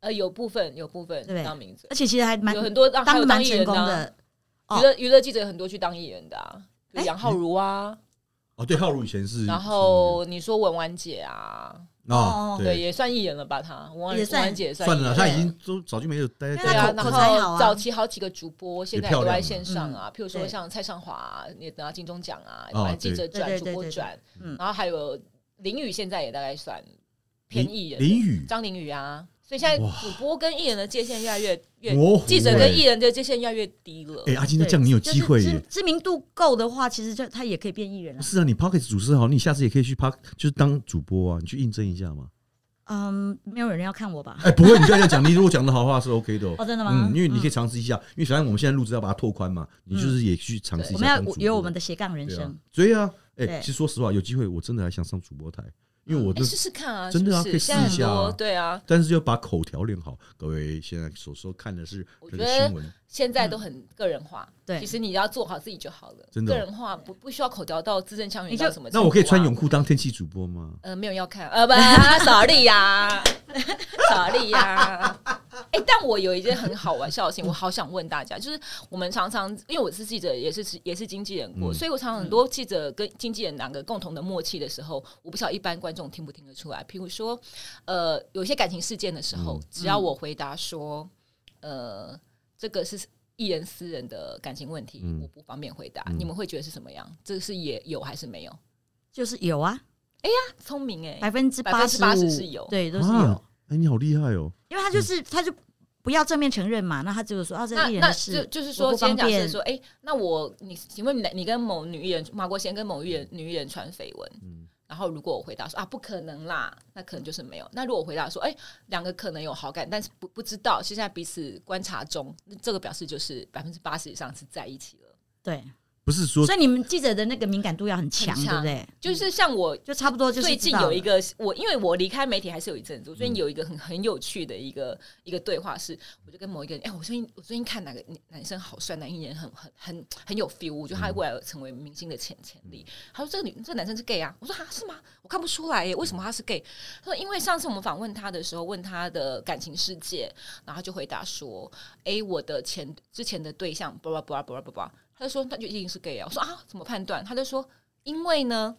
[SPEAKER 4] 呃有部分有部分
[SPEAKER 2] 对不对
[SPEAKER 4] 当名字，
[SPEAKER 2] 而且其实还蛮
[SPEAKER 4] 有很多当还
[SPEAKER 2] 当
[SPEAKER 4] 有
[SPEAKER 2] 的
[SPEAKER 4] 当
[SPEAKER 2] 蛮
[SPEAKER 4] 艺
[SPEAKER 2] 成
[SPEAKER 4] 人
[SPEAKER 2] 功
[SPEAKER 4] 啊
[SPEAKER 2] 的。哦
[SPEAKER 4] 娱乐娱乐记者有很多去当艺人的、啊，比如
[SPEAKER 2] 哎
[SPEAKER 4] 杨浩如啊，
[SPEAKER 3] 哦，对，浩如以前是，
[SPEAKER 4] 然后你说文婉姐啊，
[SPEAKER 3] 啊，
[SPEAKER 2] 哦
[SPEAKER 4] 对，
[SPEAKER 3] 对，
[SPEAKER 4] 也算艺人了吧？她文婉
[SPEAKER 2] 也
[SPEAKER 4] 文
[SPEAKER 2] 算
[SPEAKER 4] 婉姐也算
[SPEAKER 3] 算
[SPEAKER 4] 艺
[SPEAKER 3] 了，
[SPEAKER 4] 人
[SPEAKER 3] 他已经都早就没有待
[SPEAKER 2] 因
[SPEAKER 4] 对
[SPEAKER 2] 为
[SPEAKER 3] 在
[SPEAKER 2] 他
[SPEAKER 4] 啊
[SPEAKER 2] 口，
[SPEAKER 4] 然
[SPEAKER 2] 口才好
[SPEAKER 4] 后
[SPEAKER 2] 啊嗯
[SPEAKER 4] 早期好几个主播现在也
[SPEAKER 3] 漂
[SPEAKER 4] 都
[SPEAKER 3] 亮
[SPEAKER 4] 在
[SPEAKER 3] 了
[SPEAKER 4] 线上啊，譬如说
[SPEAKER 2] 对
[SPEAKER 4] 像蔡尚华啊也拿金钟奖啊，
[SPEAKER 3] 哦
[SPEAKER 4] 反正记者
[SPEAKER 2] 对
[SPEAKER 4] 转
[SPEAKER 2] 对
[SPEAKER 4] 主
[SPEAKER 2] 对
[SPEAKER 4] 播
[SPEAKER 2] 对对
[SPEAKER 4] 转
[SPEAKER 2] 嗯，
[SPEAKER 4] 然后还有林宇现在也大概算偏
[SPEAKER 3] 林
[SPEAKER 4] 艺人，
[SPEAKER 3] 林宇
[SPEAKER 4] 张凌宇啊，所以现在
[SPEAKER 3] 哇
[SPEAKER 4] 主播跟艺人的界限越来越越，
[SPEAKER 3] 模糊
[SPEAKER 4] 记者
[SPEAKER 3] 欸
[SPEAKER 4] 跟艺人的界限越来越低了。
[SPEAKER 3] 哎，阿金，那这样你有
[SPEAKER 2] 就
[SPEAKER 3] 机
[SPEAKER 2] 是
[SPEAKER 3] 会
[SPEAKER 2] 知
[SPEAKER 3] 耶。
[SPEAKER 2] 知名度够的话，其实就他也可以变艺人
[SPEAKER 3] 不
[SPEAKER 2] 了。
[SPEAKER 3] 是啊，你 Pocket 主持好，你下次也可以去 Pock，就是当主播啊，你去应征一下嘛。
[SPEAKER 2] 嗯，没有人要看我
[SPEAKER 3] [LAUGHS]
[SPEAKER 2] 吧？
[SPEAKER 3] 哎，不会，你不要这样讲，你如果讲的好话是 OK 的哦
[SPEAKER 2] 哦，。真的吗？
[SPEAKER 3] 嗯，因为你可以尝试一下，因为反正我们现在录制要把它拓宽嘛，你就是也去尝试一
[SPEAKER 2] 嗯我
[SPEAKER 3] 下
[SPEAKER 2] 们要
[SPEAKER 3] 当主播。
[SPEAKER 2] 有我们的斜杠人
[SPEAKER 3] 对啊
[SPEAKER 2] 生，，
[SPEAKER 3] 对啊，
[SPEAKER 2] 对
[SPEAKER 3] 哎，
[SPEAKER 2] 嗯
[SPEAKER 3] 其实说实话，有机会我真的还想上主播台，因为我
[SPEAKER 4] 哎
[SPEAKER 3] 的
[SPEAKER 4] 试试看啊，
[SPEAKER 3] 真的啊
[SPEAKER 4] 是
[SPEAKER 3] 可
[SPEAKER 4] 不
[SPEAKER 3] 以
[SPEAKER 4] 是现在
[SPEAKER 3] 试一
[SPEAKER 4] 很
[SPEAKER 3] 下啊
[SPEAKER 4] 多对啊，
[SPEAKER 3] 但是要把口条练好。各位现在所说看的是这个
[SPEAKER 4] 我觉得
[SPEAKER 3] 新闻，
[SPEAKER 4] 现在都很个人化。
[SPEAKER 2] 对
[SPEAKER 4] 其实你要做好自己就好了，
[SPEAKER 3] 嗯真的哦
[SPEAKER 4] 个人化不不需要口条到字正腔圆
[SPEAKER 2] 你就
[SPEAKER 4] 到什么。啊
[SPEAKER 3] 那我可以
[SPEAKER 2] 啊
[SPEAKER 3] 穿泳。裤当天气主播吗？
[SPEAKER 4] 呃，没有要看，呃，不， [LAUGHS] 少丽呀， [LAUGHS] 少丽呀。哎，但我有一件很好玩
[SPEAKER 3] [LAUGHS]
[SPEAKER 4] 笑的事情，我好想问大家，就是我们常常，因为我是记者，也是也是经纪人过，
[SPEAKER 3] 嗯
[SPEAKER 4] 所以我常常很多记者跟经纪人两个共同的默契的时候，我不晓得一般观众听不听得出来。譬如说，呃，有一些感情事件的时候
[SPEAKER 3] 嗯，
[SPEAKER 4] 只要我回答说，呃，这个是。艺人私人的感情问题，
[SPEAKER 3] 嗯
[SPEAKER 4] 我不方便回答。
[SPEAKER 3] 嗯
[SPEAKER 4] 你们会觉得是什么样？这是也有还是没有？
[SPEAKER 2] 就是有啊，
[SPEAKER 4] 聪明哎、
[SPEAKER 2] 百分之
[SPEAKER 4] 百分之八十
[SPEAKER 2] 五
[SPEAKER 4] 是有
[SPEAKER 2] 对，都是有
[SPEAKER 3] 啊，，哎，你好厉害哦！
[SPEAKER 2] 因为他就是他就不要正面承认嘛，那他就说啊，这
[SPEAKER 4] 那
[SPEAKER 2] 是艺人
[SPEAKER 4] 那
[SPEAKER 2] 的
[SPEAKER 4] 就
[SPEAKER 2] 事，
[SPEAKER 4] 就是
[SPEAKER 2] 我
[SPEAKER 4] 说，
[SPEAKER 2] 不
[SPEAKER 4] 今
[SPEAKER 2] 方
[SPEAKER 4] 天假设
[SPEAKER 2] 便
[SPEAKER 4] 说，哎、那我你请问你你跟某女艺人马国贤跟某艺人女艺人传绯闻，
[SPEAKER 3] 嗯
[SPEAKER 4] 然后如果我回答说啊不可能啦，那可能就是没有。那如果我回答说，哎、两个可能有好感，但是不不知道，现在彼此观察中，那这个表示就是百分之八十以上是在一起了。
[SPEAKER 2] 对，
[SPEAKER 3] 不是说
[SPEAKER 2] 所以你们记者的那个敏感度要很强，
[SPEAKER 4] 很
[SPEAKER 2] 对
[SPEAKER 4] 强
[SPEAKER 2] 不对？
[SPEAKER 4] 就是像我
[SPEAKER 2] 就差不多就是
[SPEAKER 4] 最近
[SPEAKER 2] 知道
[SPEAKER 4] 有一
[SPEAKER 2] 了嗯
[SPEAKER 4] 个我，因为我离开媒体还是有一阵子，我最近有一个很很有趣的一个一个对话是，我就跟某一个人，哎、我最近我最近看哪个男生好帅，男艺人很很很很有 feel，我
[SPEAKER 2] 嗯
[SPEAKER 4] 觉得他未来有成为明星的潜潜力。他说这个女这个男生是 gay 啊，我说啊是吗？我看不出来耶，为什么他是 gay？他说因为上次我们访问他的时候，问他的感情世界，然后他就回答说，哎、我的前之前的对象，巴拉巴拉巴拉巴拉，他就说那就一定是 gay 啊。我说啊怎么判断？他就说因为呢。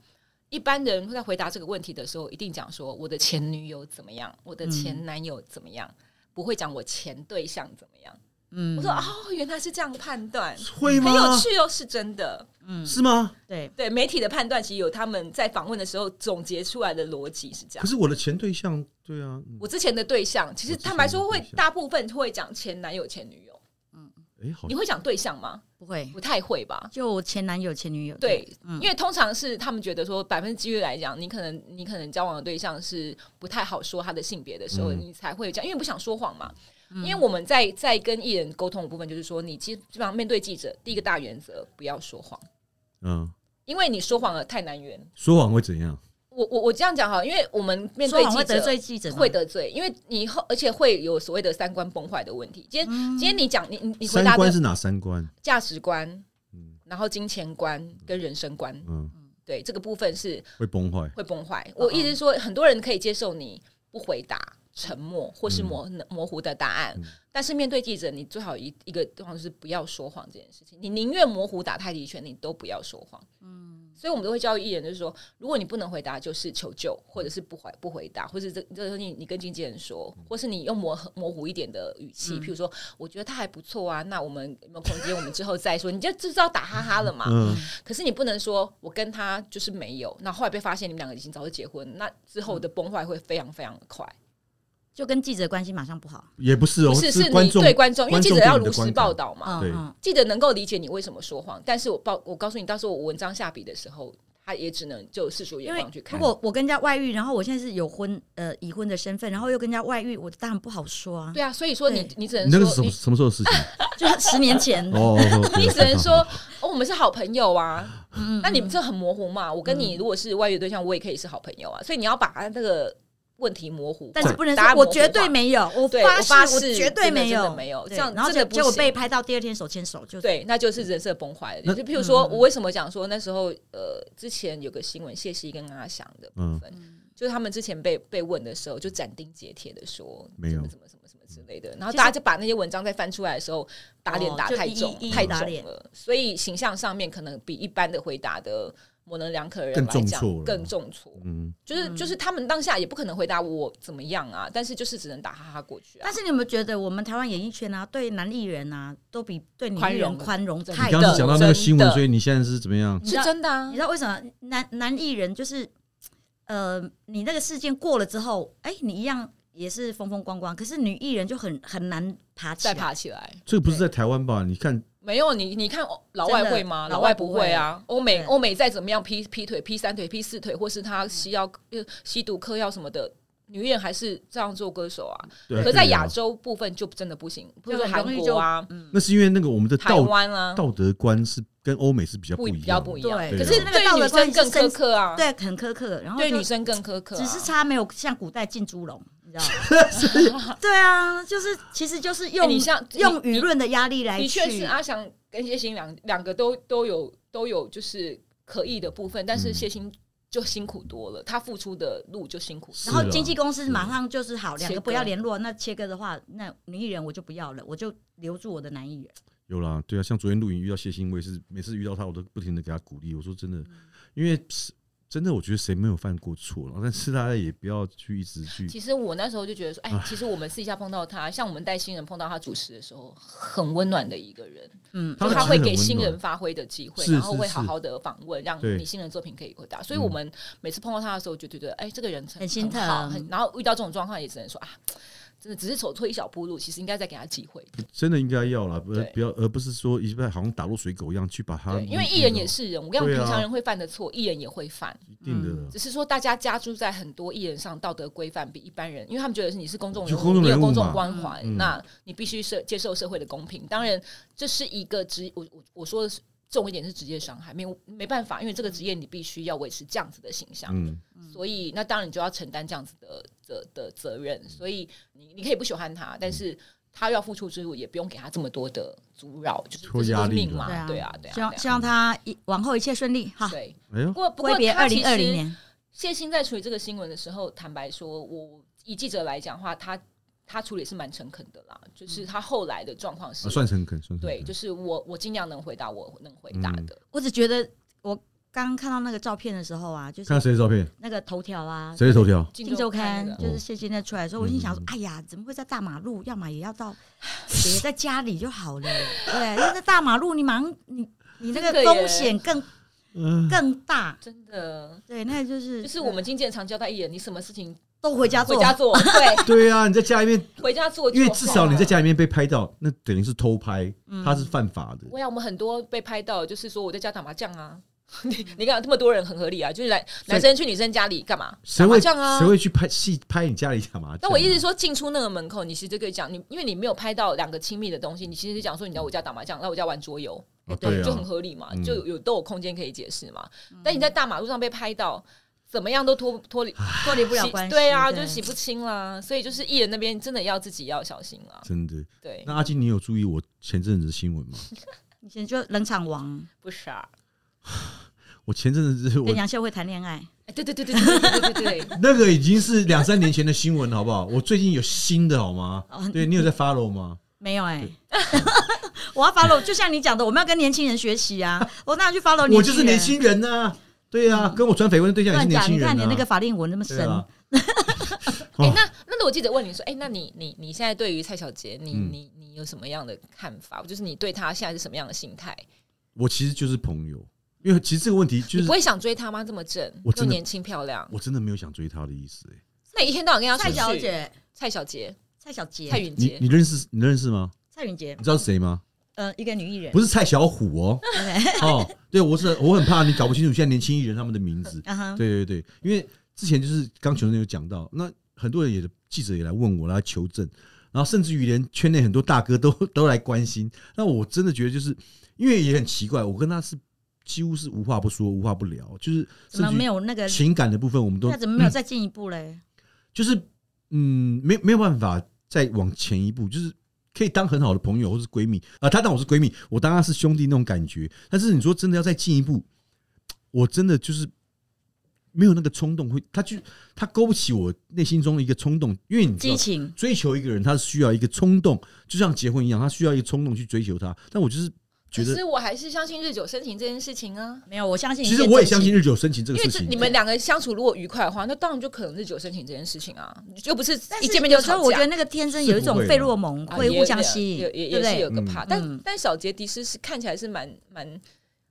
[SPEAKER 4] 一般人会在回答这个问题的时候，一定讲说我的前女友怎么样，我的
[SPEAKER 3] 嗯
[SPEAKER 4] 前男友怎么样，不会讲我前对象怎么样。
[SPEAKER 2] 嗯，
[SPEAKER 4] 我说哦，原来是这样判断，
[SPEAKER 3] 会吗
[SPEAKER 4] 很？有趣哦，是真的。
[SPEAKER 3] 是吗？
[SPEAKER 2] 对，
[SPEAKER 4] 对媒体的判断，其实有他们在访问的时候总结出来的逻辑是这
[SPEAKER 3] 可
[SPEAKER 4] 样。
[SPEAKER 3] 是我的前对象，对啊，嗯
[SPEAKER 4] 我之前的对象，其实
[SPEAKER 3] 我之前的
[SPEAKER 4] 坦白说会
[SPEAKER 3] 对象
[SPEAKER 4] 大部分会讲前男友、前女友。
[SPEAKER 3] 哎，好
[SPEAKER 4] 你，会讲对象吗？
[SPEAKER 2] 不会，
[SPEAKER 4] 不太会吧？
[SPEAKER 2] 就我前男友前女友，
[SPEAKER 4] 对，
[SPEAKER 2] 嗯
[SPEAKER 4] 因为通常是他们觉得说百分之几率来讲，你可能你可能交往的对象是不太好说他的性别的时候，
[SPEAKER 3] 嗯
[SPEAKER 4] 你才会这样，因为不想说谎嘛。
[SPEAKER 2] 嗯
[SPEAKER 4] 因为我们在在跟艺人沟通的部分，就是说你基基本上面对记者，第一个大原则不要说谎，
[SPEAKER 3] 嗯，
[SPEAKER 4] 因为你说谎了太难圆。
[SPEAKER 3] 说谎会怎样？
[SPEAKER 4] 我我我这样讲哈，因为我们面
[SPEAKER 2] 说
[SPEAKER 4] 对
[SPEAKER 2] 谎会
[SPEAKER 4] 记
[SPEAKER 2] 得
[SPEAKER 4] 者
[SPEAKER 2] 罪啊记者吗，
[SPEAKER 4] 会得罪，因为你以后而且会有所谓的三观崩坏的问题。今天、
[SPEAKER 2] 嗯
[SPEAKER 4] 今天你讲你你你回
[SPEAKER 3] 三
[SPEAKER 4] 答
[SPEAKER 3] 观
[SPEAKER 4] 的
[SPEAKER 3] 是哪三观？
[SPEAKER 4] 价值观
[SPEAKER 3] 嗯，
[SPEAKER 4] 然后金钱观跟人生观，
[SPEAKER 3] 嗯，
[SPEAKER 4] 对这个部分是
[SPEAKER 3] 会崩坏。
[SPEAKER 4] 会崩坏。
[SPEAKER 2] 嗯
[SPEAKER 4] 我意思是说，很多人可以接受你不回答、沉默或是模模糊的答案，但是面对记者，你最好一一个地方就是不要说谎这件事情。你宁愿模糊打太极拳，你都不要说谎。嗯，所以我们都会教育艺人，就是说，如果你不能回答，就是求救，或者是不回不回答，或是这这就是你你跟经纪人说，或是你用模糊模糊一点的语气，譬如说，我觉得他还不错啊，那我们有没有空间？我们之后再说，你就知道打哈哈了嘛。
[SPEAKER 3] 嗯，
[SPEAKER 4] 可是你不能说我跟他就是没有，那后来被发现你们两个已经早就结婚，那之后的崩坏会非常非常的快。
[SPEAKER 3] 嗯
[SPEAKER 2] 就跟记者关系马上不好，
[SPEAKER 3] 也不是哦，
[SPEAKER 4] 不是，是
[SPEAKER 3] 观
[SPEAKER 4] 你
[SPEAKER 3] 众
[SPEAKER 4] 对观众，因为记者
[SPEAKER 3] 对你
[SPEAKER 4] 要
[SPEAKER 3] 的
[SPEAKER 4] 如
[SPEAKER 3] 观
[SPEAKER 4] 实
[SPEAKER 3] 感
[SPEAKER 4] 报道嘛，
[SPEAKER 2] 嗯
[SPEAKER 3] 对
[SPEAKER 2] 嗯，
[SPEAKER 4] 记者能够理解你为什么说谎。但是我报我告诉你，到时候我文章下笔的时候，他也只能就世俗眼
[SPEAKER 2] 因为
[SPEAKER 4] 光去
[SPEAKER 2] 如
[SPEAKER 4] 看。
[SPEAKER 2] 果我跟人家外遇，然后我现在是有婚呃已婚的身份，然后又跟人家外遇，我当然不好说啊。
[SPEAKER 4] 对啊，所以说你
[SPEAKER 2] 对
[SPEAKER 4] 你只能
[SPEAKER 3] 你那个是什
[SPEAKER 4] 说
[SPEAKER 3] 么
[SPEAKER 4] 你
[SPEAKER 3] 什么时候的
[SPEAKER 4] [LAUGHS]
[SPEAKER 3] 事情？
[SPEAKER 2] 就是十年前，
[SPEAKER 3] 哦，
[SPEAKER 4] 你只能说
[SPEAKER 3] 好好好
[SPEAKER 4] 哦，我们是好朋友啊。
[SPEAKER 2] 嗯，
[SPEAKER 4] 那你们这很模糊嘛？我跟你如果是外遇对象，我也可以是好朋友啊。所以你要把这个问题模糊化，
[SPEAKER 2] 但是不能
[SPEAKER 4] 答案
[SPEAKER 2] 说我
[SPEAKER 4] 模糊
[SPEAKER 2] 绝对
[SPEAKER 4] 化
[SPEAKER 2] 没有，我
[SPEAKER 4] 对
[SPEAKER 2] 发
[SPEAKER 4] 我发
[SPEAKER 2] 誓我
[SPEAKER 4] 誓
[SPEAKER 2] 绝对
[SPEAKER 4] 真的
[SPEAKER 2] 没
[SPEAKER 4] 真的
[SPEAKER 2] 有，
[SPEAKER 4] 没有
[SPEAKER 2] 对
[SPEAKER 4] 这样
[SPEAKER 2] 然后
[SPEAKER 4] 真
[SPEAKER 2] 结
[SPEAKER 4] 的不
[SPEAKER 2] 结果
[SPEAKER 4] 行
[SPEAKER 2] 被拍到第二天手牵手，就
[SPEAKER 4] 对，那就是人设崩坏
[SPEAKER 3] 那
[SPEAKER 4] 了。就譬如说，
[SPEAKER 2] 嗯
[SPEAKER 4] 我为什么讲说那时候呃，之前有个新闻，谢希跟阿翔的部
[SPEAKER 3] 嗯
[SPEAKER 4] 分，就是他们之前被被问的时候，就斩钉截铁的说
[SPEAKER 3] 没有
[SPEAKER 4] 怎么怎么怎么什么之类的，然后大家就把那些文章再翻出来的时候，打脸
[SPEAKER 2] 嗯哦
[SPEAKER 4] 打
[SPEAKER 2] 就
[SPEAKER 4] 太
[SPEAKER 2] 一
[SPEAKER 4] 重
[SPEAKER 2] 一一
[SPEAKER 4] 太
[SPEAKER 2] 打
[SPEAKER 4] 重
[SPEAKER 2] 脸
[SPEAKER 4] 了，所以形象上面可能比一般的回答的。模棱两可的人
[SPEAKER 3] 更
[SPEAKER 4] 来
[SPEAKER 3] 重
[SPEAKER 4] 讲
[SPEAKER 3] 挫了
[SPEAKER 4] 更重挫，
[SPEAKER 3] 嗯，
[SPEAKER 4] 就是就是他们当下也不可能回答我怎么样啊，但是就是只能打哈哈过去啊
[SPEAKER 2] 但。是你有没有觉得我们台湾演艺圈啊，对男艺人啊，都比对女
[SPEAKER 4] 宽
[SPEAKER 2] 艺
[SPEAKER 4] 容
[SPEAKER 2] 人宽容
[SPEAKER 4] 真的
[SPEAKER 2] 太
[SPEAKER 3] 你
[SPEAKER 2] 多
[SPEAKER 3] 刚刚是
[SPEAKER 2] 了？
[SPEAKER 3] 讲到那个
[SPEAKER 4] 真
[SPEAKER 3] 新闻，
[SPEAKER 4] 的
[SPEAKER 3] 所以你现在是怎么样？
[SPEAKER 2] 你知
[SPEAKER 4] 是
[SPEAKER 2] 道
[SPEAKER 4] 真的啊
[SPEAKER 2] 你知，道为什么男男艺人就是，呃，你那个事件过了之后，哎、你一样也是风风光光，可是女艺人就很很难爬起
[SPEAKER 4] 再
[SPEAKER 2] 来。
[SPEAKER 4] 爬起来。
[SPEAKER 3] 这个不是在台湾吧？你看，
[SPEAKER 4] 没有你，你看老外会吗？
[SPEAKER 2] 真的
[SPEAKER 4] 老外不会啊。欧美
[SPEAKER 2] 对
[SPEAKER 4] 欧美再怎么样劈劈腿、劈三腿、劈四腿，或是他吸药、
[SPEAKER 2] 嗯
[SPEAKER 4] 呃吸毒、嗑药什么的，女艺人还是这样做歌手啊。
[SPEAKER 3] 对啊，
[SPEAKER 4] 可在
[SPEAKER 3] 对啊
[SPEAKER 4] 亚，洲部分就真的不行，比如说
[SPEAKER 2] 就嗯很
[SPEAKER 4] 韩
[SPEAKER 2] 容易
[SPEAKER 4] 国啊、
[SPEAKER 3] 那是因为那个我们的
[SPEAKER 4] 台
[SPEAKER 3] 道
[SPEAKER 4] 湾啊，
[SPEAKER 3] 道德观是跟欧美是比较
[SPEAKER 4] 不
[SPEAKER 3] 不一样，
[SPEAKER 4] 比较不一样。
[SPEAKER 2] 对
[SPEAKER 4] 可
[SPEAKER 3] 对
[SPEAKER 4] 是
[SPEAKER 3] 啊
[SPEAKER 2] 那个道
[SPEAKER 4] 对
[SPEAKER 2] 德观
[SPEAKER 4] 女生更
[SPEAKER 2] 是
[SPEAKER 4] 苛
[SPEAKER 2] 深
[SPEAKER 4] 刻啊，
[SPEAKER 2] 对，很苛刻，然后
[SPEAKER 4] 对
[SPEAKER 2] 就
[SPEAKER 4] 女生更苛刻啊。
[SPEAKER 2] 只是差没有像古代进猪笼，你知道吗？[LAUGHS]
[SPEAKER 4] [LAUGHS]
[SPEAKER 2] 对啊，就是其实就是用、
[SPEAKER 4] 哎你像你
[SPEAKER 2] 用舆论的压力来去，
[SPEAKER 4] 的确是阿翔跟谢欣两两个都都有都有就是可以的部分，但是
[SPEAKER 3] 嗯
[SPEAKER 4] 谢欣就辛苦多了，他付出的路就辛苦。
[SPEAKER 3] 是
[SPEAKER 2] 然后
[SPEAKER 3] 啦
[SPEAKER 2] 经纪公司马上啊就是好，
[SPEAKER 4] 是
[SPEAKER 2] 两个不要联络，那切割的话，那女艺人我就不要了，我就留住我的男艺人。
[SPEAKER 3] 有啦，对啊，像昨天录影遇到谢欣，我也是每次遇到他，我都不停的给他鼓励。我说真的，
[SPEAKER 4] 嗯
[SPEAKER 3] 因为是真的，我觉得谁没有犯过错了，但是大家也不要去一直去
[SPEAKER 4] 其实我那时候就觉得说，哎，其实我们私底下碰到他，像我们带新人碰到他主持的时候，很温暖的一个人，
[SPEAKER 2] 嗯，
[SPEAKER 3] 他
[SPEAKER 4] 就
[SPEAKER 3] 们其
[SPEAKER 4] 他
[SPEAKER 3] 实
[SPEAKER 4] 会
[SPEAKER 3] 很
[SPEAKER 4] 给
[SPEAKER 3] 温
[SPEAKER 4] 新
[SPEAKER 3] 暖
[SPEAKER 4] 人发挥的机会，
[SPEAKER 3] 是
[SPEAKER 4] 然后
[SPEAKER 3] 是
[SPEAKER 4] 会
[SPEAKER 3] 是
[SPEAKER 4] 好好的访问，让
[SPEAKER 3] 对
[SPEAKER 4] 你新人作品可以回答。所以
[SPEAKER 3] 嗯
[SPEAKER 4] 我们每次碰到他的时候，就觉得，哎，这个人
[SPEAKER 2] 很心疼
[SPEAKER 4] 好很然后遇到这种状况，也只能说啊。真的只是走错一小步路，其实应该再给他机会。
[SPEAKER 3] 真的应该要啦，不
[SPEAKER 4] 对
[SPEAKER 3] 不要，而不是说一般好像打落水狗一样去把他。
[SPEAKER 4] 对，因为艺人也是人，我跟你讲，
[SPEAKER 3] 对啊
[SPEAKER 4] 平常人会犯的错，艺人也会犯。
[SPEAKER 3] 一定的，
[SPEAKER 4] 只是说大家加注在很多艺人上道德规范比一般人，因为他们觉得是你是公众人
[SPEAKER 3] 就公众
[SPEAKER 4] 你
[SPEAKER 3] 人
[SPEAKER 4] 有
[SPEAKER 3] 物
[SPEAKER 4] 公众
[SPEAKER 3] 嘛
[SPEAKER 4] 关怀，
[SPEAKER 3] 嗯
[SPEAKER 4] 那你必须社接受社会的公平。当然，这是一个职，我我我说的是重一点是职业伤害，没有没办法，因为这个职业你必须要维持这样子的形象，
[SPEAKER 3] 嗯，
[SPEAKER 4] 所以那当然你就要承担这样子的的的责任。所以你你可以不喜欢他，但是。
[SPEAKER 3] 嗯
[SPEAKER 4] 他要付出之路，也不用给他这么多的阻扰，就是
[SPEAKER 3] 多
[SPEAKER 4] 这是
[SPEAKER 3] 压力
[SPEAKER 4] 命
[SPEAKER 3] 了
[SPEAKER 4] 嘛，
[SPEAKER 2] 对啊
[SPEAKER 4] 对啊，
[SPEAKER 2] 希
[SPEAKER 4] 对啊，对啊
[SPEAKER 2] 望希望他一往后一切顺利哈。
[SPEAKER 4] 对。啊
[SPEAKER 3] 哎呦
[SPEAKER 4] 不，过不过
[SPEAKER 2] 挥别
[SPEAKER 4] 他
[SPEAKER 2] 二
[SPEAKER 4] 其
[SPEAKER 2] 零二零
[SPEAKER 4] 实
[SPEAKER 2] 年，
[SPEAKER 4] 谢欣在处理这个新闻的时候，坦白说，我以记者来讲的话，他他处理是蛮诚恳的啦，就是他后来的状况是，
[SPEAKER 3] 啊算诚恳，算诚恳
[SPEAKER 4] 对，就是我我尽量能回答我能回答的，
[SPEAKER 3] 嗯
[SPEAKER 2] 我只觉得我刚刚看到那个照片的时候啊，就
[SPEAKER 3] 看到
[SPEAKER 2] 是
[SPEAKER 3] 谁的照片，
[SPEAKER 2] 那个头条啊，
[SPEAKER 3] 谁的头条？
[SPEAKER 4] 镜
[SPEAKER 2] 金周刊
[SPEAKER 4] 那个
[SPEAKER 2] 就是谢金在出来的时候，我心想说
[SPEAKER 3] 嗯：
[SPEAKER 2] 哎呀，怎么会在大马路？要么也要 [SIGHS] 到，也在家里就好了。对，因为在大马路，你马上你你那个
[SPEAKER 4] 真的耶
[SPEAKER 2] 风险更
[SPEAKER 3] 嗯，
[SPEAKER 2] 更大。
[SPEAKER 4] 真的。
[SPEAKER 2] 对，那就是
[SPEAKER 4] 就是我们经纪人常交代艺人，你什么事情
[SPEAKER 2] 都回家做
[SPEAKER 4] 回，
[SPEAKER 3] [LAUGHS]
[SPEAKER 4] 家做，对，
[SPEAKER 3] 对啊，你在家里面，
[SPEAKER 4] 回家做就好
[SPEAKER 3] 因
[SPEAKER 4] 了。嗯
[SPEAKER 3] 为至少你在家里面被拍到，那等于是偷拍，他是犯法的。
[SPEAKER 4] 啊我想我们很多被拍到，就是说我在家打麻将啊。 [LAUGHS] 你你看这么多人很合理啊，就是来
[SPEAKER 3] 所以
[SPEAKER 4] 男生去女生家里干嘛？
[SPEAKER 3] 谁
[SPEAKER 4] 打麻
[SPEAKER 3] 会
[SPEAKER 4] 将啊
[SPEAKER 3] 谁？会去拍戏拍你家里干嘛？
[SPEAKER 4] 那我意思是说，进出那个门口，你其实可以讲，你因为你没有拍到两个亲密的东西，你其实讲说你在我家打麻将，来我家玩桌游，
[SPEAKER 3] 啊对
[SPEAKER 4] 就
[SPEAKER 3] 啊
[SPEAKER 4] 很，合理嘛，
[SPEAKER 3] 嗯
[SPEAKER 4] 就有有都有空间可以解释嘛。但你在大马路上被拍到，怎么样都脱脱离
[SPEAKER 2] 脱离不了
[SPEAKER 4] 洗
[SPEAKER 2] 关系。
[SPEAKER 4] 对啊，就洗不清啦。所以就是艺人那边真的要自己要小心啦。
[SPEAKER 3] 真的。
[SPEAKER 2] 欸
[SPEAKER 4] 对
[SPEAKER 3] 那，阿金，你有注意我前阵子的新闻
[SPEAKER 2] [LAUGHS]
[SPEAKER 3] 吗？
[SPEAKER 2] 以前就冷场王
[SPEAKER 4] 不是啊，
[SPEAKER 3] 我前阵子是我
[SPEAKER 2] 跟杨秀慧谈恋爱，
[SPEAKER 4] 哎对对对对对对对对
[SPEAKER 3] [LAUGHS]
[SPEAKER 4] 对，
[SPEAKER 3] 那个已经是两三年前的新闻，好不好？我最近有新的好吗？
[SPEAKER 2] 哦
[SPEAKER 3] 对你有在 follow 吗？
[SPEAKER 2] 没有哎。 [LAUGHS] 我要 follow，就像你讲的，我们要跟年轻人学习
[SPEAKER 3] [LAUGHS]
[SPEAKER 2] 啊！我当然去 follow
[SPEAKER 3] 我就是
[SPEAKER 2] 年
[SPEAKER 3] 年
[SPEAKER 2] 轻人。
[SPEAKER 3] 轻人呐、对啊，跟我传绯闻的对象也是
[SPEAKER 2] 乱
[SPEAKER 3] 年
[SPEAKER 2] 讲，
[SPEAKER 3] 轻
[SPEAKER 2] 你
[SPEAKER 3] 人、啊。
[SPEAKER 2] 看你那个法令纹那么
[SPEAKER 3] 对
[SPEAKER 2] 深，
[SPEAKER 3] 啊，哦
[SPEAKER 4] 哎，那那那我记者问你说，哎，那你你你现在对于蔡小杰，你
[SPEAKER 3] 嗯
[SPEAKER 4] 你你有什么样的看法？就是你对他现在是什么样的心态？
[SPEAKER 3] 我其实就是朋友，因为其实这个问题就
[SPEAKER 4] 你
[SPEAKER 3] 是
[SPEAKER 4] 不会想追她吗？这么正
[SPEAKER 3] 我，
[SPEAKER 4] 又
[SPEAKER 3] 真的
[SPEAKER 4] 年轻漂亮，
[SPEAKER 3] 我真的没有想追他的意思、欸。
[SPEAKER 4] 那一天到晚跟她
[SPEAKER 2] 蔡
[SPEAKER 4] 出
[SPEAKER 2] 小
[SPEAKER 4] 去，
[SPEAKER 2] 姐，
[SPEAKER 4] 蔡小杰、
[SPEAKER 2] 蔡小杰，
[SPEAKER 4] 蔡允
[SPEAKER 3] 你
[SPEAKER 4] 杰，
[SPEAKER 3] 你认识你认识吗？
[SPEAKER 2] 蔡允杰
[SPEAKER 3] 你，知道是谁吗？
[SPEAKER 2] 呃一个女艺人，
[SPEAKER 3] 不是蔡小
[SPEAKER 2] [LAUGHS]
[SPEAKER 3] 虎哦。
[SPEAKER 2] OK
[SPEAKER 3] 哦，对我是我很怕你搞不清楚现在年轻艺人他们的名字。
[SPEAKER 2] 啊哈，
[SPEAKER 3] 对对对，因为之前就是刚球生有讲到，那很多人也记者也来问我来求证，然后甚至于连圈内很多大哥都 [LAUGHS] 都来关心。那我真的觉得就是因为也很奇怪，我跟他是几乎是无话不说、无话不聊，就是
[SPEAKER 2] 怎
[SPEAKER 3] 甚
[SPEAKER 2] 么
[SPEAKER 3] 至
[SPEAKER 2] 没
[SPEAKER 3] 于
[SPEAKER 2] 有那个？
[SPEAKER 3] 情感的部分我们都
[SPEAKER 2] 那怎么没有再进一步嘞？
[SPEAKER 3] 就是嗯，没没有办法再往前一步，就是可以当很好的朋友或是闺蜜啊、她当我是闺蜜，我当她是兄弟那种感觉。但是你说真的要再进一步，我真的就是没有那个冲动，会她就她勾不起我内心中的一个冲动，因为你知
[SPEAKER 2] 激
[SPEAKER 3] 道
[SPEAKER 2] 情
[SPEAKER 3] 追求一个人，他是需要一个冲动，就像结婚一样，他需要一个冲动去追求他。但我就是觉
[SPEAKER 4] 可
[SPEAKER 3] 得，
[SPEAKER 4] 是我还是相信日久生情这件事情啊。
[SPEAKER 2] 没有，我相信。
[SPEAKER 3] 其实我也相信，日久生情这
[SPEAKER 4] 因
[SPEAKER 3] 个
[SPEAKER 4] 为
[SPEAKER 3] 事
[SPEAKER 4] 这
[SPEAKER 3] 情，
[SPEAKER 4] 你们两个相处如果愉快的话，那当然就可能日久生情这件事情啊，又不是
[SPEAKER 2] 但
[SPEAKER 4] 一
[SPEAKER 2] 是
[SPEAKER 4] 见面
[SPEAKER 2] 有
[SPEAKER 4] 就
[SPEAKER 2] 时候
[SPEAKER 4] 吵
[SPEAKER 2] 我觉
[SPEAKER 4] 架
[SPEAKER 2] 得。那个天生有一种
[SPEAKER 3] 是不会
[SPEAKER 2] 费洛蒙
[SPEAKER 4] 啊
[SPEAKER 2] 会
[SPEAKER 4] 也
[SPEAKER 2] 互相
[SPEAKER 4] 也
[SPEAKER 2] 吸引，
[SPEAKER 4] 也也
[SPEAKER 2] 对不
[SPEAKER 4] 也是
[SPEAKER 2] 对
[SPEAKER 4] 有？个怕，
[SPEAKER 2] 嗯
[SPEAKER 4] 但但小杰迪斯是看起来是蛮蛮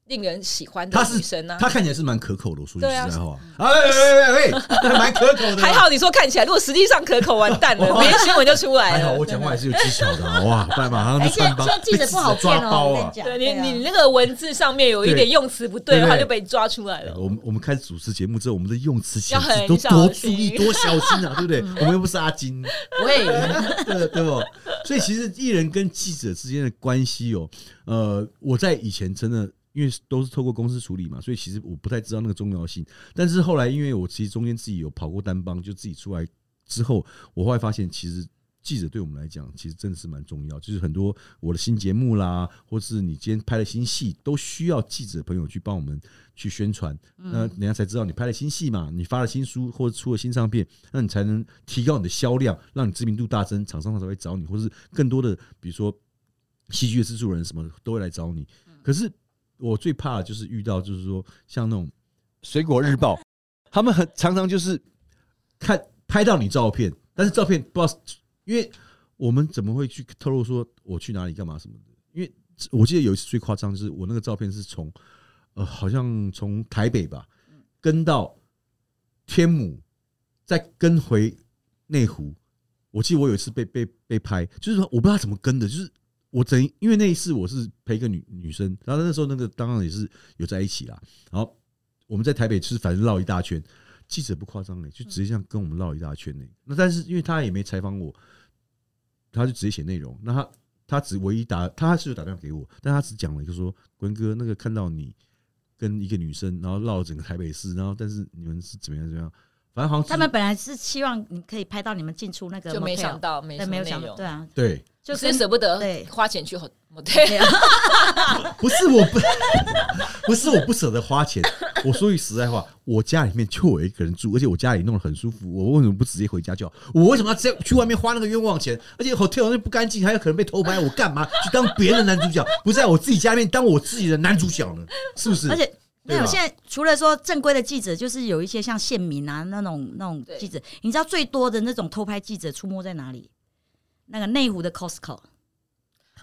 [SPEAKER 4] 令人喜欢的
[SPEAKER 3] 她是
[SPEAKER 4] 女生啊。
[SPEAKER 3] 他看起来是蛮可口的。我说句实
[SPEAKER 4] 对啊
[SPEAKER 3] 在话，哎哎哎哎，蛮可口的。
[SPEAKER 4] 还好你说看起来，如果实际上可口，完蛋了，
[SPEAKER 3] [LAUGHS]
[SPEAKER 4] 明天新闻就出来
[SPEAKER 3] 还
[SPEAKER 2] 哎
[SPEAKER 4] 了。
[SPEAKER 3] 好我讲话还是有技巧的啊，哇，不然马上
[SPEAKER 2] 而
[SPEAKER 3] 就
[SPEAKER 2] 且
[SPEAKER 3] 穿帮，
[SPEAKER 2] 哎说记者不好骗
[SPEAKER 3] 被抓
[SPEAKER 2] 哦，
[SPEAKER 3] 包
[SPEAKER 2] 我跟你
[SPEAKER 3] 啊！
[SPEAKER 2] 讲，
[SPEAKER 4] 对
[SPEAKER 2] 对
[SPEAKER 4] 你，你
[SPEAKER 2] 啊
[SPEAKER 4] 那个文字上面有一
[SPEAKER 3] 对
[SPEAKER 4] 点用词不对的
[SPEAKER 3] 对不
[SPEAKER 4] 话，
[SPEAKER 3] 对
[SPEAKER 4] 就被抓出来了。
[SPEAKER 3] 哎我们我们开始主持节目之后，我们的用词遣
[SPEAKER 4] 要
[SPEAKER 3] 词
[SPEAKER 4] 很
[SPEAKER 3] 都
[SPEAKER 4] 小
[SPEAKER 3] 多注
[SPEAKER 4] 心
[SPEAKER 3] 意、多小心啊，对不对？
[SPEAKER 2] 嗯
[SPEAKER 3] 我们又不是阿金，
[SPEAKER 2] 喂，
[SPEAKER 4] [LAUGHS]
[SPEAKER 3] 对对不？所以其实艺人跟记者之间的关系哦，呃，我在以前真的因为都是透过公司处理嘛，所以其实我不太知道那个重要性。但是后来因为我其实中间自己有跑过单帮，就自己出来之后，我后来发现其实。记者对我们来讲，其实真的是蛮重要。就是很多我的新节目啦，或是你今天拍的新戏，都需要记者朋友去帮我们去宣传。那人家才知道你拍了新戏嘛，你发了新书或者出了新唱片，那你才能提高你的销量，让你知名度大增，厂商才会找你，或是更多的，比如说戏剧的制作人什么都会来找你。可是我最怕的就是遇到，就是说像那种《水果日报》，他们很常常就是看拍到你照片，但是照片不知道，因为我们怎么会去透露说我去哪里干嘛什么的？因为我记得有一次最夸张，就是我那个照片是从呃，好像从台北吧，跟到天母，再跟回内湖。我记得我有一次被被被拍，就是说我不知道怎么跟的，就是我整因为那一次我是陪一个女女生，然后那时候那个当然也是有在一起啦，然后我们在台北就是反正绕一大圈，记者不夸张欸嘞，就直接这样跟我们绕一大圈嘞、欸那但是因为他也没采访我，他就直接写内容，那他。他只唯一打，他是有打电话给我，但他只讲了一个说，关哥那个看到你跟一个女生，然后绕了整个台北市，然后但是你们是怎么样怎么样，反正好像就是
[SPEAKER 2] 他们本来是希望你可以拍到你们进出那个 motel，
[SPEAKER 4] 就没想到，没
[SPEAKER 2] 对，
[SPEAKER 4] 什
[SPEAKER 2] 没有
[SPEAKER 4] 么内
[SPEAKER 2] 想到，
[SPEAKER 4] 容
[SPEAKER 2] 对，啊，
[SPEAKER 3] 对
[SPEAKER 2] 就
[SPEAKER 4] 只
[SPEAKER 2] 跟
[SPEAKER 4] 是舍不得
[SPEAKER 2] 对
[SPEAKER 4] 花钱去 hotel。对，
[SPEAKER 2] [LAUGHS]
[SPEAKER 3] 不是我不， [LAUGHS] 不是我不舍得花钱。我说句实在话，我家里面就我一个人住，而且我家里弄得很舒服。我为什么不直接回家就好？我为什么要这样去外面花那个冤枉钱？而且 hotel 又不干净，还有可能被偷拍，我干嘛去当别人的男主角？不在我自己家里面当我自己的男主角呢？是不是？
[SPEAKER 2] 而
[SPEAKER 3] [LAUGHS]
[SPEAKER 2] 且。没有，
[SPEAKER 3] 吧
[SPEAKER 2] 现在除了说正规的记者，就是有一些像县民啊那种那种
[SPEAKER 4] 对
[SPEAKER 2] 记者，你知道最多的那种偷拍记者出没在哪里？那个内湖的 Costco，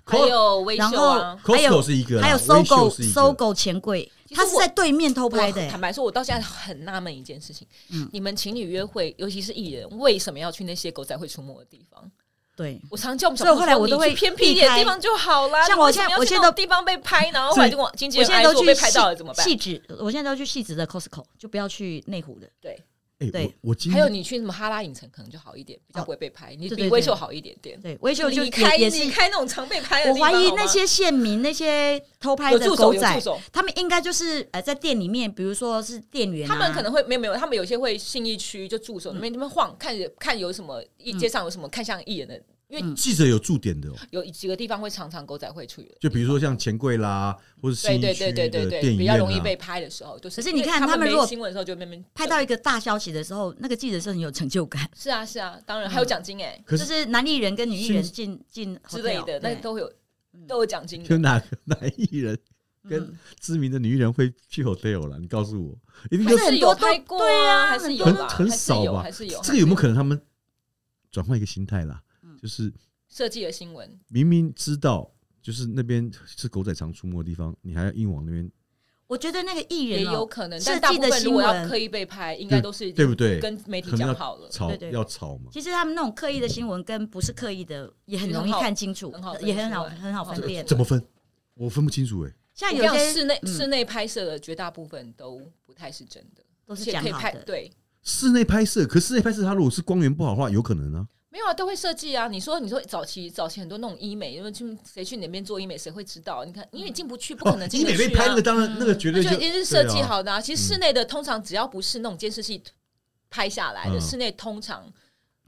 [SPEAKER 4] 还有微
[SPEAKER 2] 然
[SPEAKER 4] 秀
[SPEAKER 2] 后
[SPEAKER 4] 啊。
[SPEAKER 2] 还有
[SPEAKER 3] Costco 是一个啦，
[SPEAKER 2] 还有搜
[SPEAKER 3] 搜
[SPEAKER 2] 狗
[SPEAKER 3] 狗是一
[SPEAKER 2] 搜
[SPEAKER 3] 个，
[SPEAKER 2] 狗钱柜，
[SPEAKER 4] 其实
[SPEAKER 2] 他是
[SPEAKER 4] 我
[SPEAKER 2] 在对面偷拍的、
[SPEAKER 4] 我坦白说，我到现在很纳闷一件事情：
[SPEAKER 2] 嗯
[SPEAKER 4] 你们情侣约会，尤其是艺人，为什么要去那些狗仔会出没的地方？
[SPEAKER 2] 对，
[SPEAKER 4] 我常叫我们小
[SPEAKER 2] 所以
[SPEAKER 4] 朋友
[SPEAKER 2] 后来
[SPEAKER 4] 说
[SPEAKER 2] 我都
[SPEAKER 4] 你
[SPEAKER 2] 会
[SPEAKER 4] 去偏僻一点的
[SPEAKER 2] 避开
[SPEAKER 4] 地方就好啦。
[SPEAKER 2] 像
[SPEAKER 4] 你
[SPEAKER 2] 我
[SPEAKER 4] 为什
[SPEAKER 2] 现
[SPEAKER 4] 么
[SPEAKER 2] 在
[SPEAKER 4] 要
[SPEAKER 2] 我
[SPEAKER 4] 去
[SPEAKER 2] 现
[SPEAKER 4] 那
[SPEAKER 2] 在
[SPEAKER 4] 种地方被拍，然后后来就跟我经纪
[SPEAKER 2] 我
[SPEAKER 4] 人
[SPEAKER 2] 现在
[SPEAKER 4] 来
[SPEAKER 2] 都
[SPEAKER 4] 说
[SPEAKER 2] 去
[SPEAKER 4] 被拍到了
[SPEAKER 2] 细
[SPEAKER 4] 怎么办？
[SPEAKER 2] 细致，我现在都去细致的 Costco，就不要去内湖的。
[SPEAKER 4] 对，
[SPEAKER 3] 哎、
[SPEAKER 2] 对
[SPEAKER 3] 我我今
[SPEAKER 4] 还有
[SPEAKER 3] 天
[SPEAKER 4] 你去什么哈拉影城可能就好一点，比较不会被
[SPEAKER 2] 嗯
[SPEAKER 4] 拍，你
[SPEAKER 2] 哦对对
[SPEAKER 4] 比
[SPEAKER 2] 对
[SPEAKER 4] 微秀好一点点。
[SPEAKER 2] 对，我也就就
[SPEAKER 4] 离开
[SPEAKER 2] 也也
[SPEAKER 4] 离
[SPEAKER 2] 是，
[SPEAKER 4] 开那种常被拍的
[SPEAKER 2] 我
[SPEAKER 4] 地方
[SPEAKER 2] 怀疑
[SPEAKER 4] 好吗
[SPEAKER 2] 那些县民、那些偷拍
[SPEAKER 4] 有
[SPEAKER 2] 的
[SPEAKER 4] 助
[SPEAKER 2] 狗
[SPEAKER 4] 手有
[SPEAKER 2] 仔
[SPEAKER 4] 助，手，
[SPEAKER 2] 他们应该就是呃在店里面，比如说是店员啊、嗯
[SPEAKER 4] 他们可能会没有没有，他们有些会信义区就驻守那边那边晃，看看有什么一街上有什么看像艺人的，因为
[SPEAKER 2] 嗯
[SPEAKER 3] 记者有驻点的、哦。
[SPEAKER 4] 有几个地方会常常狗仔会去的。
[SPEAKER 3] 就比如说像钱柜啦，或者
[SPEAKER 4] 对
[SPEAKER 3] 新
[SPEAKER 4] 对
[SPEAKER 3] 一
[SPEAKER 4] 对
[SPEAKER 3] 区
[SPEAKER 4] 对
[SPEAKER 3] 的
[SPEAKER 4] 对
[SPEAKER 3] 电
[SPEAKER 4] 对，
[SPEAKER 3] 影
[SPEAKER 4] 比
[SPEAKER 3] 院、啊、
[SPEAKER 4] 较容易被拍的时候，就是
[SPEAKER 2] 可是你看
[SPEAKER 4] 因为
[SPEAKER 2] 他
[SPEAKER 4] 他
[SPEAKER 2] 们
[SPEAKER 4] 没
[SPEAKER 2] 如果
[SPEAKER 4] 新闻的时候就慢慢
[SPEAKER 2] 拍到一个大消息的时候，那个记者是很有成就感，
[SPEAKER 4] 是啊是啊，当然还有奖金哎
[SPEAKER 3] 可
[SPEAKER 2] 就是是男艺人跟女艺人
[SPEAKER 3] 是
[SPEAKER 2] 进进
[SPEAKER 4] 之类
[SPEAKER 2] hotel，
[SPEAKER 4] 的，那
[SPEAKER 2] 对
[SPEAKER 4] 都会有都有奖金的
[SPEAKER 3] 就。哪个男艺人跟
[SPEAKER 2] 嗯
[SPEAKER 3] 知名的女艺人会去 hotel 了？你告诉我，一定
[SPEAKER 4] 还
[SPEAKER 3] 就是
[SPEAKER 4] 有拍过
[SPEAKER 2] 对啊
[SPEAKER 4] 还是有
[SPEAKER 3] 很
[SPEAKER 4] 吧，
[SPEAKER 3] 很
[SPEAKER 4] 还是
[SPEAKER 3] 少
[SPEAKER 4] 有
[SPEAKER 3] 吧
[SPEAKER 4] 还是有。嗯
[SPEAKER 3] 这个有没有
[SPEAKER 4] 还是
[SPEAKER 3] 可能他们转换一个心态啦？就是
[SPEAKER 4] 设计的新闻？
[SPEAKER 3] 明明知道就是那边是狗仔常出没的地方，你还要硬往那边，
[SPEAKER 2] 我觉得那个艺人
[SPEAKER 4] 也
[SPEAKER 2] 哦
[SPEAKER 4] 有可能，
[SPEAKER 2] 设
[SPEAKER 4] 但大
[SPEAKER 2] 计
[SPEAKER 4] 部
[SPEAKER 2] 的
[SPEAKER 4] 分
[SPEAKER 2] 新
[SPEAKER 4] 如果要刻
[SPEAKER 2] 闻。
[SPEAKER 4] 意被拍，应该都是已经
[SPEAKER 3] 对不对
[SPEAKER 4] 跟媒体
[SPEAKER 3] 可能
[SPEAKER 4] 讲
[SPEAKER 3] 要
[SPEAKER 4] 好了，
[SPEAKER 3] 吵
[SPEAKER 2] 对对
[SPEAKER 3] 要吵嘛。
[SPEAKER 2] 其实他们那种刻意的新闻跟不是刻意的也很容易
[SPEAKER 4] 很好
[SPEAKER 2] 看清楚
[SPEAKER 4] 很好，分
[SPEAKER 2] 也很好
[SPEAKER 4] 出来
[SPEAKER 2] 很好分
[SPEAKER 4] 这
[SPEAKER 2] 辨。
[SPEAKER 3] 怎么分？我分不清楚哎、
[SPEAKER 2] 像
[SPEAKER 4] 我
[SPEAKER 2] 有
[SPEAKER 4] 讲
[SPEAKER 2] 些
[SPEAKER 4] 室内、
[SPEAKER 2] 嗯
[SPEAKER 4] 室内拍摄的绝大部分都不太是真的，
[SPEAKER 2] 都
[SPEAKER 4] 而
[SPEAKER 2] 是
[SPEAKER 4] 且
[SPEAKER 2] 讲
[SPEAKER 4] 可以
[SPEAKER 2] 好
[SPEAKER 4] 拍
[SPEAKER 2] 的，
[SPEAKER 4] 对。
[SPEAKER 3] 室内拍摄，可室内拍摄它如果是光源不好的话，有可能啊。
[SPEAKER 4] 没有啊，都会设计啊。你说，你说早期早期很多那种医美，因为去谁去哪边做医美，谁会知道？你看，因为进不去，不可能进
[SPEAKER 3] 你
[SPEAKER 4] 得
[SPEAKER 3] 哦每被
[SPEAKER 4] 去
[SPEAKER 3] 拍那
[SPEAKER 4] 啊
[SPEAKER 3] 个，。当然那个绝
[SPEAKER 4] 那
[SPEAKER 3] 对
[SPEAKER 4] 就
[SPEAKER 3] 就
[SPEAKER 4] 一定是设计。好的啊。其实室内的通常只要不是那种监视器拍下来的，
[SPEAKER 3] 嗯
[SPEAKER 4] 室内通常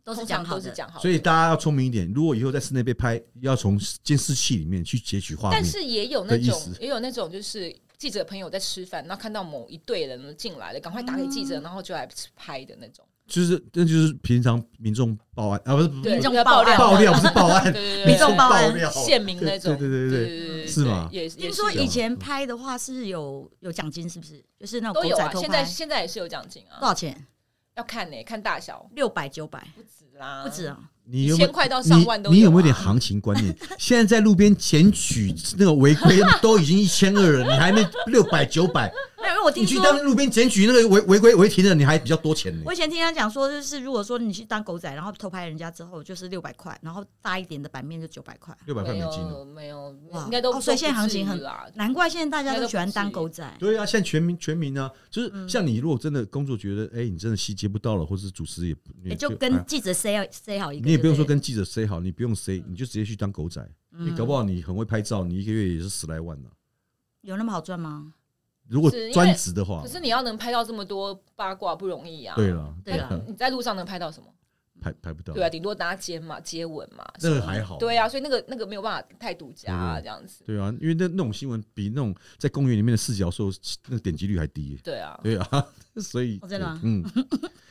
[SPEAKER 2] 都是
[SPEAKER 4] 通
[SPEAKER 2] 讲
[SPEAKER 4] 常
[SPEAKER 2] 好
[SPEAKER 4] 都是
[SPEAKER 2] 的。
[SPEAKER 4] 讲好的。
[SPEAKER 3] 所以大家要聪明一点，如果以后在室内被拍，要从监视器里面去截取画面。
[SPEAKER 4] 但是也有那
[SPEAKER 3] 的意
[SPEAKER 4] 种
[SPEAKER 3] 思，
[SPEAKER 4] 也有那种，就是记者朋友在吃饭，然后看到某一队人进来了，赶快打给记者，然后就来拍的那种。
[SPEAKER 3] 就是那就是平常民众报案啊，不是不是
[SPEAKER 4] 对，
[SPEAKER 2] 民众
[SPEAKER 4] 要
[SPEAKER 2] 爆料
[SPEAKER 3] 爆料，不是报
[SPEAKER 4] 对
[SPEAKER 3] 案，
[SPEAKER 4] 对对，
[SPEAKER 2] 民众爆案
[SPEAKER 3] 料
[SPEAKER 4] 县民那种，
[SPEAKER 3] 对对对对对，
[SPEAKER 4] 对对，
[SPEAKER 3] 是吗
[SPEAKER 4] 也
[SPEAKER 2] 听
[SPEAKER 4] 听
[SPEAKER 2] 说
[SPEAKER 3] 有
[SPEAKER 2] 以前拍的话是有有奖金，是不是？就是那种
[SPEAKER 4] 都
[SPEAKER 2] 国
[SPEAKER 4] 有
[SPEAKER 2] 仔
[SPEAKER 4] 啊，
[SPEAKER 2] 偷
[SPEAKER 4] 现在
[SPEAKER 2] 拍
[SPEAKER 4] 现在也是有奖金啊
[SPEAKER 2] 多，少钱？
[SPEAKER 4] 要看呢，看大小，
[SPEAKER 2] 六百、九百，
[SPEAKER 4] 不止啦，
[SPEAKER 2] 不止，啊！
[SPEAKER 3] 你
[SPEAKER 4] 一
[SPEAKER 3] 有没
[SPEAKER 4] 千
[SPEAKER 3] 有？
[SPEAKER 4] 块到上万
[SPEAKER 3] 你
[SPEAKER 4] 都
[SPEAKER 3] 你有没有
[SPEAKER 4] 啊
[SPEAKER 3] 点行情观念？ [LAUGHS] 现在在路边检举那个违规都已经一千二了，你还没六百九百，
[SPEAKER 2] 没有，因为我
[SPEAKER 3] 你
[SPEAKER 2] 听
[SPEAKER 3] 去当
[SPEAKER 2] 说，
[SPEAKER 3] 路边检举那个违违规违停的，你还比较多钱呢
[SPEAKER 2] 我。以前听他讲说，就是如果说你去当狗仔，然后偷拍人家之后，就是六百块，然后大一点的版面就九百块。
[SPEAKER 3] 六百块
[SPEAKER 4] 没
[SPEAKER 3] 美金哦，
[SPEAKER 4] 有没有，
[SPEAKER 2] 哇
[SPEAKER 4] 应该都
[SPEAKER 2] 哦所以现在行情很
[SPEAKER 4] 啊，
[SPEAKER 2] 难怪现在大家都喜欢当狗仔，
[SPEAKER 3] 对啊，现在全民全民啊，就是像你如果真的工作觉得，哎、你真的戏接不到了，或者是主持也不
[SPEAKER 2] 也
[SPEAKER 3] 你
[SPEAKER 2] 就
[SPEAKER 3] 哎
[SPEAKER 2] 跟记者 say 好 say 好一个。
[SPEAKER 3] 你也不用
[SPEAKER 2] 对
[SPEAKER 3] 说
[SPEAKER 2] 对
[SPEAKER 3] 跟记者 say 好，你不用 say，你就直接去当狗仔，你搞不好你很会拍照，你一个月也是十来万呢、
[SPEAKER 2] 有那么好赚吗？
[SPEAKER 3] 如果
[SPEAKER 4] 是因为
[SPEAKER 3] 专职的话
[SPEAKER 4] 可，是你要能拍到这么多八卦不容易啊。
[SPEAKER 3] 对了，
[SPEAKER 2] 对啦
[SPEAKER 3] 啊
[SPEAKER 4] 你在路上能拍到什么？
[SPEAKER 3] 拍拍不到，
[SPEAKER 4] 对啊，顶多搭肩嘛，接吻嘛，
[SPEAKER 3] 这个还好，
[SPEAKER 4] 对啊，所以那个那个没有办法太独家啊
[SPEAKER 3] 嗯
[SPEAKER 4] 这样子，
[SPEAKER 3] 对啊，因为那那种新闻比那种在公园里面的四角兽那个点击率还低耶，
[SPEAKER 4] 对啊。
[SPEAKER 3] 对啊， [LAUGHS] 所以
[SPEAKER 2] 哦真的吗
[SPEAKER 4] [LAUGHS]
[SPEAKER 3] 嗯，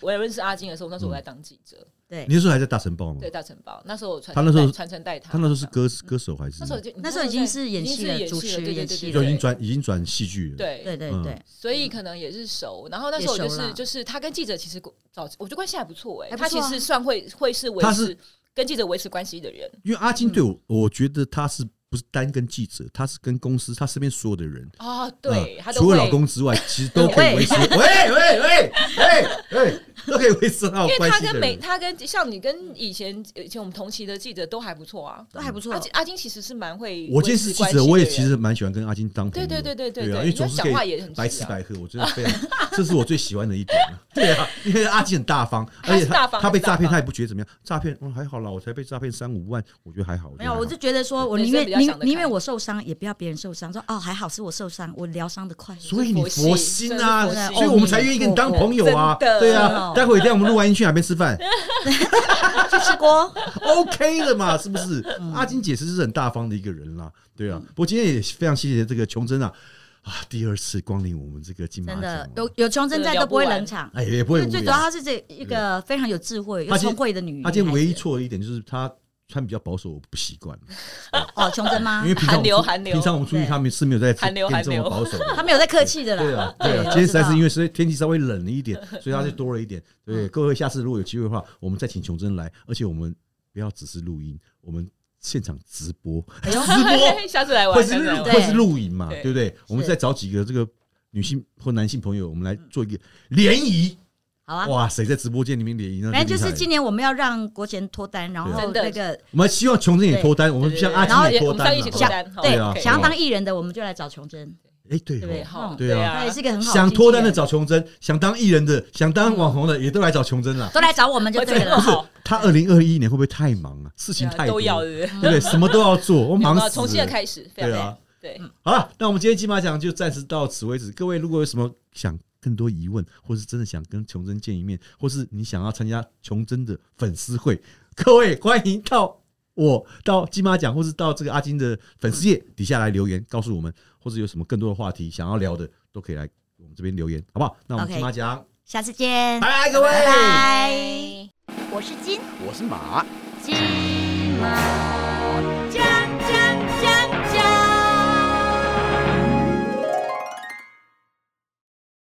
[SPEAKER 4] 我也认识阿金的时候，那时候我在当记者，
[SPEAKER 2] 对
[SPEAKER 3] 你，那时候还在大城报吗
[SPEAKER 4] 对？大城堡，那时候我传
[SPEAKER 3] 他那时候
[SPEAKER 4] 带传承带他，
[SPEAKER 3] 他那时候是歌歌手还是
[SPEAKER 4] 那时候就
[SPEAKER 2] 那时候已经是演戏了
[SPEAKER 4] 已经是
[SPEAKER 2] 主持
[SPEAKER 4] 演对对
[SPEAKER 2] 演
[SPEAKER 4] 对
[SPEAKER 2] 戏
[SPEAKER 3] 就
[SPEAKER 4] 对
[SPEAKER 3] 已经转已经转戏剧了，
[SPEAKER 4] 对
[SPEAKER 2] 对对
[SPEAKER 3] 嗯
[SPEAKER 2] 对，
[SPEAKER 4] 所以可能也是熟。然后那时候我就
[SPEAKER 2] 也熟
[SPEAKER 4] 是
[SPEAKER 2] 啦
[SPEAKER 4] 就是他跟记者其实早，我觉得关系还不错哎、
[SPEAKER 2] 还不
[SPEAKER 4] 他
[SPEAKER 2] 错
[SPEAKER 4] 其
[SPEAKER 2] 啊
[SPEAKER 4] 实算会会是维
[SPEAKER 3] 他
[SPEAKER 4] 持
[SPEAKER 3] 是
[SPEAKER 4] 跟记者维持关系的人，
[SPEAKER 3] 因为阿
[SPEAKER 4] 嗯
[SPEAKER 3] 金对我，我觉得他是不是单跟记者，他是跟公司，他身边所有的人，
[SPEAKER 2] 哦
[SPEAKER 4] 啊，对，
[SPEAKER 3] 呃
[SPEAKER 4] 他都
[SPEAKER 3] 除了
[SPEAKER 4] 会
[SPEAKER 3] 老公之外，其实都可
[SPEAKER 4] [LAUGHS]
[SPEAKER 3] 以维持，喂喂喂喂喂，都可以维持很好
[SPEAKER 4] 因为
[SPEAKER 3] 关
[SPEAKER 4] 他
[SPEAKER 3] 系的
[SPEAKER 4] 跟每
[SPEAKER 3] 人。
[SPEAKER 4] 他跟像你跟以前以前我们同期的记者都还不错啊。
[SPEAKER 2] 都还不错
[SPEAKER 4] 阿。金阿金其实是蛮会，
[SPEAKER 3] 我今天是记者，我也其实蛮喜欢跟阿金当朋
[SPEAKER 4] 对
[SPEAKER 3] 友，
[SPEAKER 4] 对对对对
[SPEAKER 3] 对啊，
[SPEAKER 4] 对，
[SPEAKER 3] 因为
[SPEAKER 4] 他
[SPEAKER 3] 总是
[SPEAKER 4] 讲
[SPEAKER 3] 可以
[SPEAKER 4] 话也很
[SPEAKER 3] 白
[SPEAKER 4] 直
[SPEAKER 3] 吃
[SPEAKER 4] 啊
[SPEAKER 3] 白喝，我真的非常，这是我最喜欢的一点啊。对啊，因为阿金很大方，而
[SPEAKER 4] 他
[SPEAKER 3] 且
[SPEAKER 4] 是大
[SPEAKER 3] 他
[SPEAKER 4] 方
[SPEAKER 3] 他被
[SPEAKER 4] 他是大
[SPEAKER 3] 诈骗，
[SPEAKER 4] 方
[SPEAKER 3] 他也不觉得怎么样，诈骗嗯还好啦，我才被诈骗三五万，我觉得还好。
[SPEAKER 2] 没有，
[SPEAKER 3] 觉得还好
[SPEAKER 2] 我就觉得说，我宁
[SPEAKER 4] 所
[SPEAKER 2] 愿
[SPEAKER 4] 以比较
[SPEAKER 2] 宁
[SPEAKER 4] 想得开
[SPEAKER 2] 宁愿我受伤，也不要别人受伤。说哦，还好是我受伤，我疗伤的快。
[SPEAKER 3] 所以你佛心啊
[SPEAKER 4] 真的，佛心
[SPEAKER 3] 所以我们才愿意跟你当朋友啊，
[SPEAKER 4] 真的
[SPEAKER 3] 对啊
[SPEAKER 2] 哦。
[SPEAKER 3] 待会儿等一下
[SPEAKER 4] [LAUGHS]
[SPEAKER 3] 我们录完音去哪边吃饭
[SPEAKER 2] 去吃锅，
[SPEAKER 3] ？OK 了嘛，是不是？
[SPEAKER 4] 嗯
[SPEAKER 3] 阿金姐是是很大方的一个人啦，对啊。不过今天也非常谢谢这个琼珍啊，啊，第二次光临我们这个金马
[SPEAKER 2] 真
[SPEAKER 3] 奖
[SPEAKER 2] 的
[SPEAKER 3] 哦，
[SPEAKER 2] 有有穷真在都不会冷场。
[SPEAKER 3] 哎也不
[SPEAKER 2] 因
[SPEAKER 3] 会
[SPEAKER 2] 为
[SPEAKER 3] 无
[SPEAKER 2] 最主要
[SPEAKER 3] 聊。
[SPEAKER 2] 她是这一个非常有智慧、
[SPEAKER 3] 她
[SPEAKER 2] 有
[SPEAKER 3] 今
[SPEAKER 2] 聪慧的女人。
[SPEAKER 3] 她今天唯一错的一点就是她穿比较保守，我不习惯，
[SPEAKER 2] 哦，琼珍吗
[SPEAKER 3] 因？为平常我们
[SPEAKER 4] 韩流
[SPEAKER 3] 出
[SPEAKER 4] 韩流
[SPEAKER 3] 平常我们出去
[SPEAKER 2] 对
[SPEAKER 3] 他们是没有在
[SPEAKER 4] 韩流
[SPEAKER 3] 跟这
[SPEAKER 4] 韩
[SPEAKER 3] 么
[SPEAKER 4] 流
[SPEAKER 3] 保守的。
[SPEAKER 2] 她没有在客气的
[SPEAKER 3] 对
[SPEAKER 2] 啦。
[SPEAKER 3] [LAUGHS] 啊，对啊，今天实在是因为是天气稍微冷了一点，所以它就多了一点。对，各位下次如果有机会的话，我们再请琼珍来，而且我们不要只是录音，我们现场 [LAUGHS] 直播，
[SPEAKER 2] 哎呦
[SPEAKER 4] [LAUGHS] 下次来玩，
[SPEAKER 3] 会是
[SPEAKER 4] 下次来
[SPEAKER 3] 录
[SPEAKER 4] 玩
[SPEAKER 2] 对
[SPEAKER 3] 会是录影嘛，
[SPEAKER 4] 对
[SPEAKER 3] 对不对？我们再找几个这个女性或男性朋友，我们来做一个联谊。
[SPEAKER 2] 好啊。
[SPEAKER 3] 哇，谁在直播间里面联谊呢？
[SPEAKER 2] 反正就是
[SPEAKER 3] 今
[SPEAKER 2] 今年我们要让国贤脱单，然后
[SPEAKER 4] 真的
[SPEAKER 2] 那个
[SPEAKER 3] 我们希望琼珍也脱单，我们像阿
[SPEAKER 4] 然后
[SPEAKER 3] 金也
[SPEAKER 4] 我
[SPEAKER 3] 脱
[SPEAKER 4] 们上
[SPEAKER 3] 单啊
[SPEAKER 4] 一
[SPEAKER 3] 嘛
[SPEAKER 4] 起脱
[SPEAKER 2] 想
[SPEAKER 4] 单，好
[SPEAKER 2] 对
[SPEAKER 3] 啊
[SPEAKER 4] OK
[SPEAKER 2] 想要当艺人的，我们就来找琼珍，
[SPEAKER 3] 哎，对
[SPEAKER 2] 对不对？
[SPEAKER 3] 哦，
[SPEAKER 2] 哈，
[SPEAKER 4] 对啊
[SPEAKER 2] 她也是一个很好
[SPEAKER 3] 想
[SPEAKER 2] 经纪
[SPEAKER 3] 脱单的
[SPEAKER 2] 人
[SPEAKER 3] 找琼珍，想当艺人的，想当网红的也都来找琼珍啦。
[SPEAKER 2] 都来找我们就对
[SPEAKER 4] 我
[SPEAKER 2] 了 [LAUGHS]
[SPEAKER 3] 不
[SPEAKER 4] 觉。
[SPEAKER 3] 是
[SPEAKER 4] 得嗯好
[SPEAKER 3] 他二零二一年会不会太忙了、事情
[SPEAKER 4] 对啊
[SPEAKER 3] 太
[SPEAKER 4] 都
[SPEAKER 3] 多，
[SPEAKER 4] 要
[SPEAKER 3] 对
[SPEAKER 4] 对不对
[SPEAKER 3] 不对？什么都要做，我忙死
[SPEAKER 4] 有没有
[SPEAKER 3] 了。
[SPEAKER 4] 从新的开始，非常
[SPEAKER 3] 对啊，
[SPEAKER 4] 对，
[SPEAKER 3] 好了，那我们今天金马奖就暂时到此为止。各位如果有什么想更多疑问，或是真的想跟琼珍见一面，或是你想要参加琼珍的粉丝会，各位欢迎到我到金马奖，或是到这个阿金的粉丝页底下来留言，告诉我们，或是有什么更多的话题想要聊的，都可以来我们这边留言，好不好？那我们
[SPEAKER 2] OK
[SPEAKER 3] 金马奖，
[SPEAKER 2] 下次见，
[SPEAKER 1] 哎
[SPEAKER 3] 拜哎拜，各位。
[SPEAKER 2] 拜拜。
[SPEAKER 1] 我是金
[SPEAKER 5] 我是马，
[SPEAKER 1] 金毛